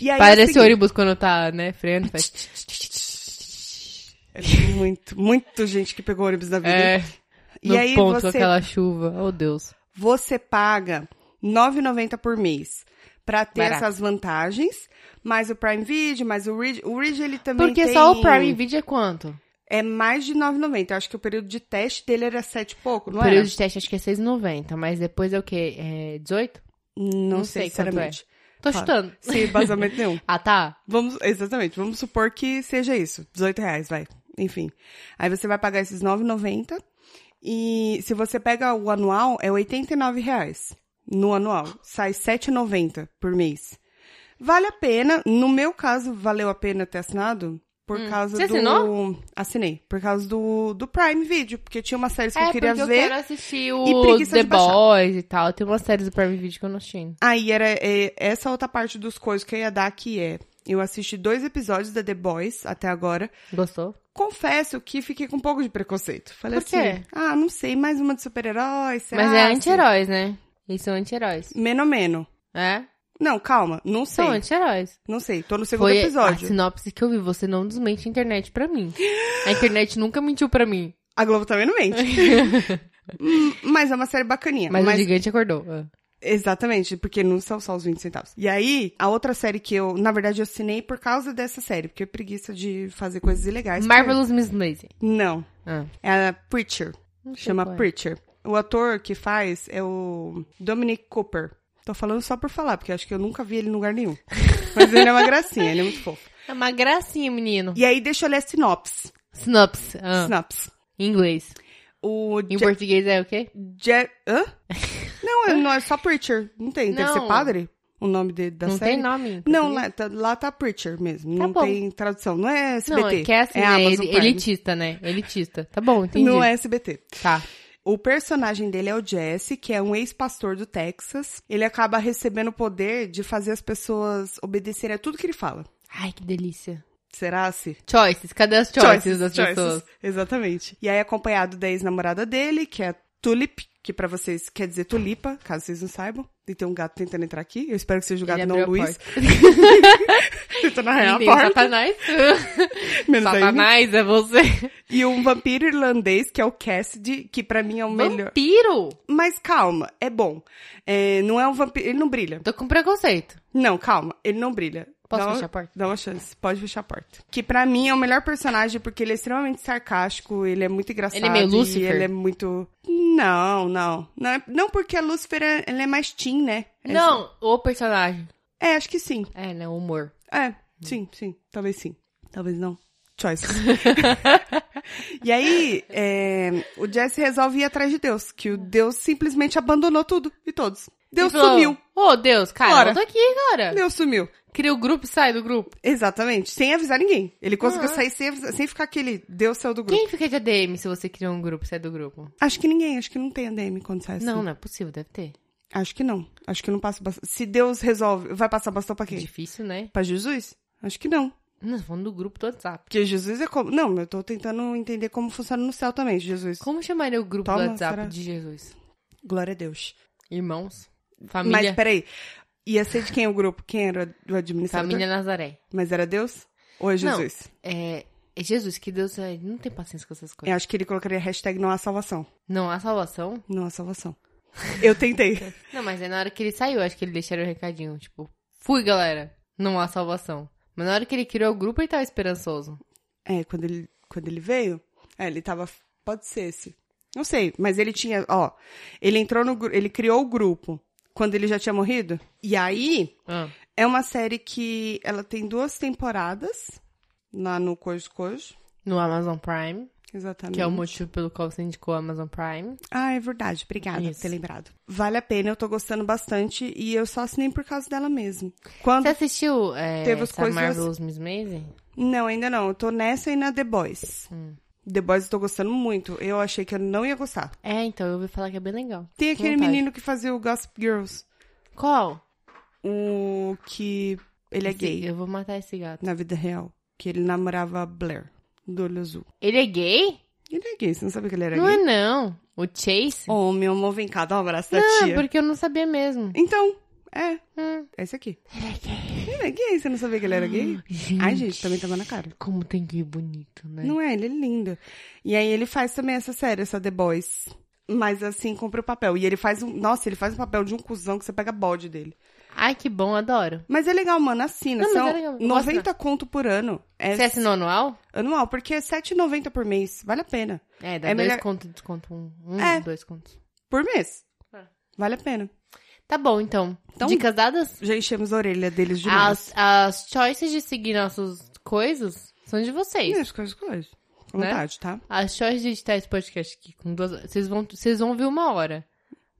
B: E aí,
A: Parece
B: é o
A: o
B: seguinte-
A: ônibus quando tá, né, freando. Faz...
B: É muito, muito gente que pegou ônibus da vida.
A: É,
B: e
A: no
B: aí
A: ponto com
B: você
A: aquela chuva. Oh, Deus.
B: você paga R$ 9,90 por mês pra ter
A: Barato.
B: essas vantagens. Mas o Prime Video, mas o Ridge, o Ridge ele também
A: Porque
B: tem-
A: só o Prime Video é quanto?
B: É mais de 9,90. Eu acho que o período de teste dele era 7 e pouco, não
A: o período
B: era?
A: de teste acho que é 6,90, mas depois é o quê? É 18?
B: Não,
A: não sei quanto
B: sei,
A: é.
B: sinceramente.
A: Tô
B: Fala.
A: chutando.
B: Sem basamento nenhum.
A: Ah, tá.
B: Vamos, exatamente, vamos supor que seja isso, 18 reais, vai, enfim. Aí você vai pagar esses 9,90 e se você pega o anual, é 89 reais no anual, sai 7,90 por mês. Vale a pena, no meu caso, valeu a pena ter assinado por
A: Hum,
B: causa
A: você
B: do... Assinei, por causa do, do Prime Video, porque tinha umas séries que eu queria
A: É, porque eu
B: ver,
A: quero assistir o
B: e preguiça
A: The
B: de baixar.
A: Boys e tal. Tem umas séries do Prime Video que eu não assisti.
B: Aí era é, essa outra parte dos coisas que eu ia dar que é, eu assisti dois episódios da The Boys até agora,
A: Gostou?
B: Confesso que fiquei com um pouco de preconceito. Falei
A: Por quê?
B: assim, ah, não sei, mais uma de super-heróis, será?
A: Mas é
B: assim?
A: anti-heróis, né? Eles são anti-heróis.
B: Meno meno.
A: É?
B: Não, calma, não sei,
A: São anti-heróis.
B: não sei. Tô no segundo
A: Foi ah, a
B: episódio.
A: sinopse que eu vi. Você não desmente a internet pra mim. A internet nunca mentiu pra mim.
B: A Globo também não mente. Hum, Mas é uma série bacaninha.
A: Mas, o gigante acordou. Ah.
B: Exatamente, porque não são só os 20 centavos. E aí, a outra série que eu, na verdade, eu assinei por causa dessa série, porque eu preguiça de fazer coisas ilegais.
A: Marvelous Miss Maisel.
B: Não,
A: Ah,
B: é a Preacher.
A: não sei
B: Chama
A: qual é.
B: Preacher. O ator que faz é o Dominic Cooper. Tô falando só por falar, porque eu acho que eu nunca vi ele em lugar nenhum. Mas ele é uma gracinha, ele é muito fofo.
A: É uma gracinha, menino.
B: E aí, deixa eu ler a sinopse.
A: Sinopse. Ah,
B: Sinopse.
A: Em inglês.
B: O
A: Em
B: Je-
A: português é o quê?
B: Je- Hã? Não, é- não é só Preacher. Não tem. Deve ser
A: Não.
B: padre o nome dele da
A: não
B: série.
A: tem nome. em
B: Não,
A: português.
B: lá tá, lá tá Preacher mesmo.
A: Tá
B: não
A: bom.
B: tem tradução. Não é SBT.
A: Não, é que é assim, né?
B: Amazon
A: Ele-
B: Prime.
A: elitista, né? Elitista. Tá bom, entendi.
B: Não é SBT.
A: Tá.
B: O personagem dele é o Jesse, que é um ex-pastor do Texas. Ele acaba recebendo o poder de fazer as pessoas obedecerem a tudo que ele fala.
A: Ai, que delícia.
B: Será se?
A: Choices. Cadê as choices, das pessoas?
B: Exatamente. E aí, acompanhado da ex-namorada dele, que é a Tulip, que pra vocês quer dizer tulipa, caso vocês não saibam. E tem um gato tentando entrar aqui. Eu espero que seja o gato,
A: Ele
B: não
A: abriu
B: o
A: a
B: Luiz.
A: porta.
B: Tentando arranhar a
A: Entendi,
B: porta.
A: Satanás.
B: Menos ainda.
A: Satanás é você.
B: E um vampiro irlandês, que é o Cassidy, que pra mim é o melhor.
A: Vampiro?
B: Mas calma, é bom. É, não é um vampiro. Ele não brilha.
A: Tô com preconceito.
B: Não, calma, ele não brilha.
A: Posso
B: dá uma-
A: fechar a porta?
B: Dá uma chance, pode fechar a porta. Que pra mim é o melhor personagem porque ele é extremamente sarcástico, ele é muito engraçado.
A: Ele é meio
B: e
A: Lúcifer?
B: Ele é muito. Não, não. Não, é- não porque a Lúcifer é, ela é mais teen, né? É-
A: Não, o personagem.
B: É, acho que sim.
A: É, né? O humor.
B: É, sim, sim. Talvez sim. Talvez não. Choices. e aí, é, o Jesse resolve ir atrás de Deus, que o Deus simplesmente abandonou tudo e todos. Deus
A: Ele falou,
B: sumiu.
A: Ô, Deus, cara,
B: Bora.
A: eu tô aqui agora.
B: Deus sumiu.
A: Cria o grupo e sai do grupo.
B: Exatamente, sem avisar ninguém. Ele conseguiu
A: Ah.
B: sair sem, avisar- sem ficar aquele Deus saiu do grupo.
A: Quem fica de ADM se você cria um grupo e sai do grupo?
B: Acho que ninguém, acho que não tem ADM quando sai assim.
A: Não, não é possível, deve ter.
B: Acho que não. Acho que não passa bastão. Se Deus resolve, vai passar bastão pra quem?
A: Difícil, né?
B: Pra Jesus? Acho que não.
A: Não, falando do grupo do WhatsApp.
B: Porque Jesus é como. Não, eu tô tentando entender como funciona no céu também, Jesus.
A: Como chamaria o grupo
B: Toma,
A: do WhatsApp
B: será?
A: de Jesus?
B: Glória a Deus.
A: Irmãos? Família?
B: Mas peraí. Ia ser de quem o grupo? Quem era o administrador?
A: família Nazaré.
B: Mas era Deus? Ou é
A: Não.
B: Jesus?
A: É, é Jesus, que Deus é- não tem paciência com essas
B: Eu
A: coisas.
B: acho que ele colocaria hashtag não há salvação.
A: Não há salvação?
B: Não há salvação. Eu tentei.
A: Não, mas é na hora que ele saiu, acho que ele deixaram o recadinho, tipo, fui galera, não há salvação. Mas na hora que ele criou o grupo, ele tava esperançoso.
B: É, quando ele, quando ele veio, é, ele tava. Pode ser esse. Não sei, mas ele tinha. Ó, ele entrou no. gru- Ele criou o grupo quando ele já tinha morrido. E aí,
A: Ah,
B: é uma série que ela tem duas temporadas lá no Cojo Cojo.
A: no Amazon Prime,
B: Exatamente.
A: que é o motivo pelo qual você indicou o Amazon Prime.
B: Ah, é verdade. Obrigada por
A: Isso.
B: ter lembrado. Vale a pena, eu tô gostando bastante e eu só assinei por causa dela mesmo. Quando.
A: Você assistiu é,
B: Teve as
A: essa
B: coisas-
A: Marvelous Miss Maisel?
B: Não, ainda não. Eu tô nessa e na The Boys.
A: Hum.
B: The Boys eu tô gostando muito. Eu achei que eu não ia gostar.
A: É, então, eu ouvi falar que é bem legal.
B: Tem aquele
A: Vontade.
B: menino que fazia o Gossip Girls.
A: Qual?
B: O que ele é
A: Esse-
B: gay
A: Eu vou matar esse gato.
B: na vida real. Que ele namorava a Blair, do olho azul.
A: Ele é gay?
B: Ele é gay, você não é sabia que ele era
A: não
B: gay?
A: é não. O Chase?
B: Ô, meu amor, vem cá, dá um abraço da
A: não,
B: tia.
A: porque eu não sabia mesmo.
B: Então, é,
A: Hum.
B: é esse aqui. Ele é gay, você não sabia que ele era gay?
A: Gente,
B: Ai, gente, também tava na cara.
A: como tem gay bonito, né?
B: Não é, ele é lindo. E aí ele faz também essa série, essa The Boys. Mas assim, comprei o papel. E ele faz um. Nossa, ele faz um papel de um cuzão que você pega bode dele.
A: Ai, que bom, adoro.
B: Mas é legal, mano. Assina.
A: Não, mas
B: São
A: é legal. Gosto,
B: 90 conto por ano. É
A: Você assinou anual?
B: anual, porque é 7,90 por mês. Vale a pena.
A: É, dá
B: É
A: dois
B: melhor-
A: contos, desconto um, um
B: É.
A: dois contos.
B: Por mês.
A: É.
B: Vale a pena.
A: Tá bom, então.
B: Então-
A: Dicas dadas?
B: Já enchemos a orelha deles demais.
A: As, as choices de seguir nossas coisas são de vocês.
B: As coisas, coisas. Com
A: Né?
B: vontade, tá?
A: As choices de editar esse podcast aqui com duas... Vocês vão, vocês vão ouvir uma hora.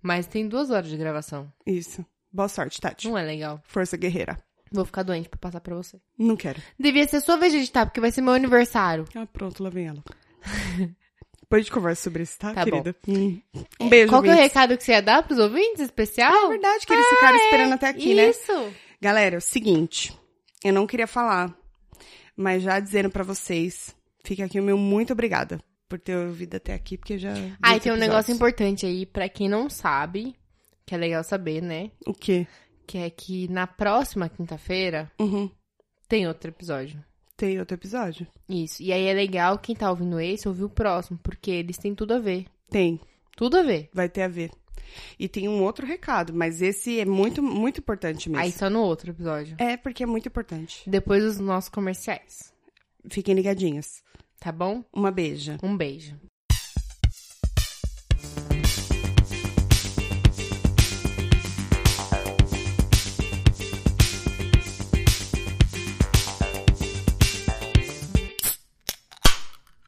A: Mas tem duas horas de gravação.
B: Isso. Boa sorte, Tati.
A: Não é legal.
B: Força guerreira.
A: Vou ficar doente pra passar pra você.
B: Não quero.
A: Devia ser sua vez de editar, porque vai ser meu aniversário.
B: Ah, pronto, lá vem ela. Depois a gente conversa sobre isso, tá,
A: Tá bom.
B: querida? Hum. Um beijo,
A: Qual que é o
B: ouvintes.
A: recado que você ia dar pros ouvintes
B: Ah, É
A: especial?
B: verdade que eles ficaram esperando até aqui, né?
A: Isso!
B: Galera, é o seguinte, eu não queria falar, mas já dizendo pra vocês, fica aqui o meu muito obrigada por ter ouvido até aqui, porque
A: Ah,
B: já.
A: e
B: muitos
A: tem um
B: episódios.
A: negócio importante aí, pra quem não sabe, que é legal saber, né?
B: O quê?
A: Que é que na próxima quinta-feira
B: Uhum.
A: tem outro episódio.
B: Tem outro episódio?
A: Isso. E aí é legal quem tá ouvindo esse ouvir o próximo, porque eles têm tudo a ver.
B: Tem,
A: Tudo a ver.
B: vai ter a ver. E tem um outro recado, mas esse é muito, muito importante mesmo.
A: Aí só no outro episódio.
B: É, porque é muito importante.
A: Depois os nossos comerciais.
B: Fiquem ligadinhos.
A: Tá bom?
B: Uma beija.
A: Um beijo.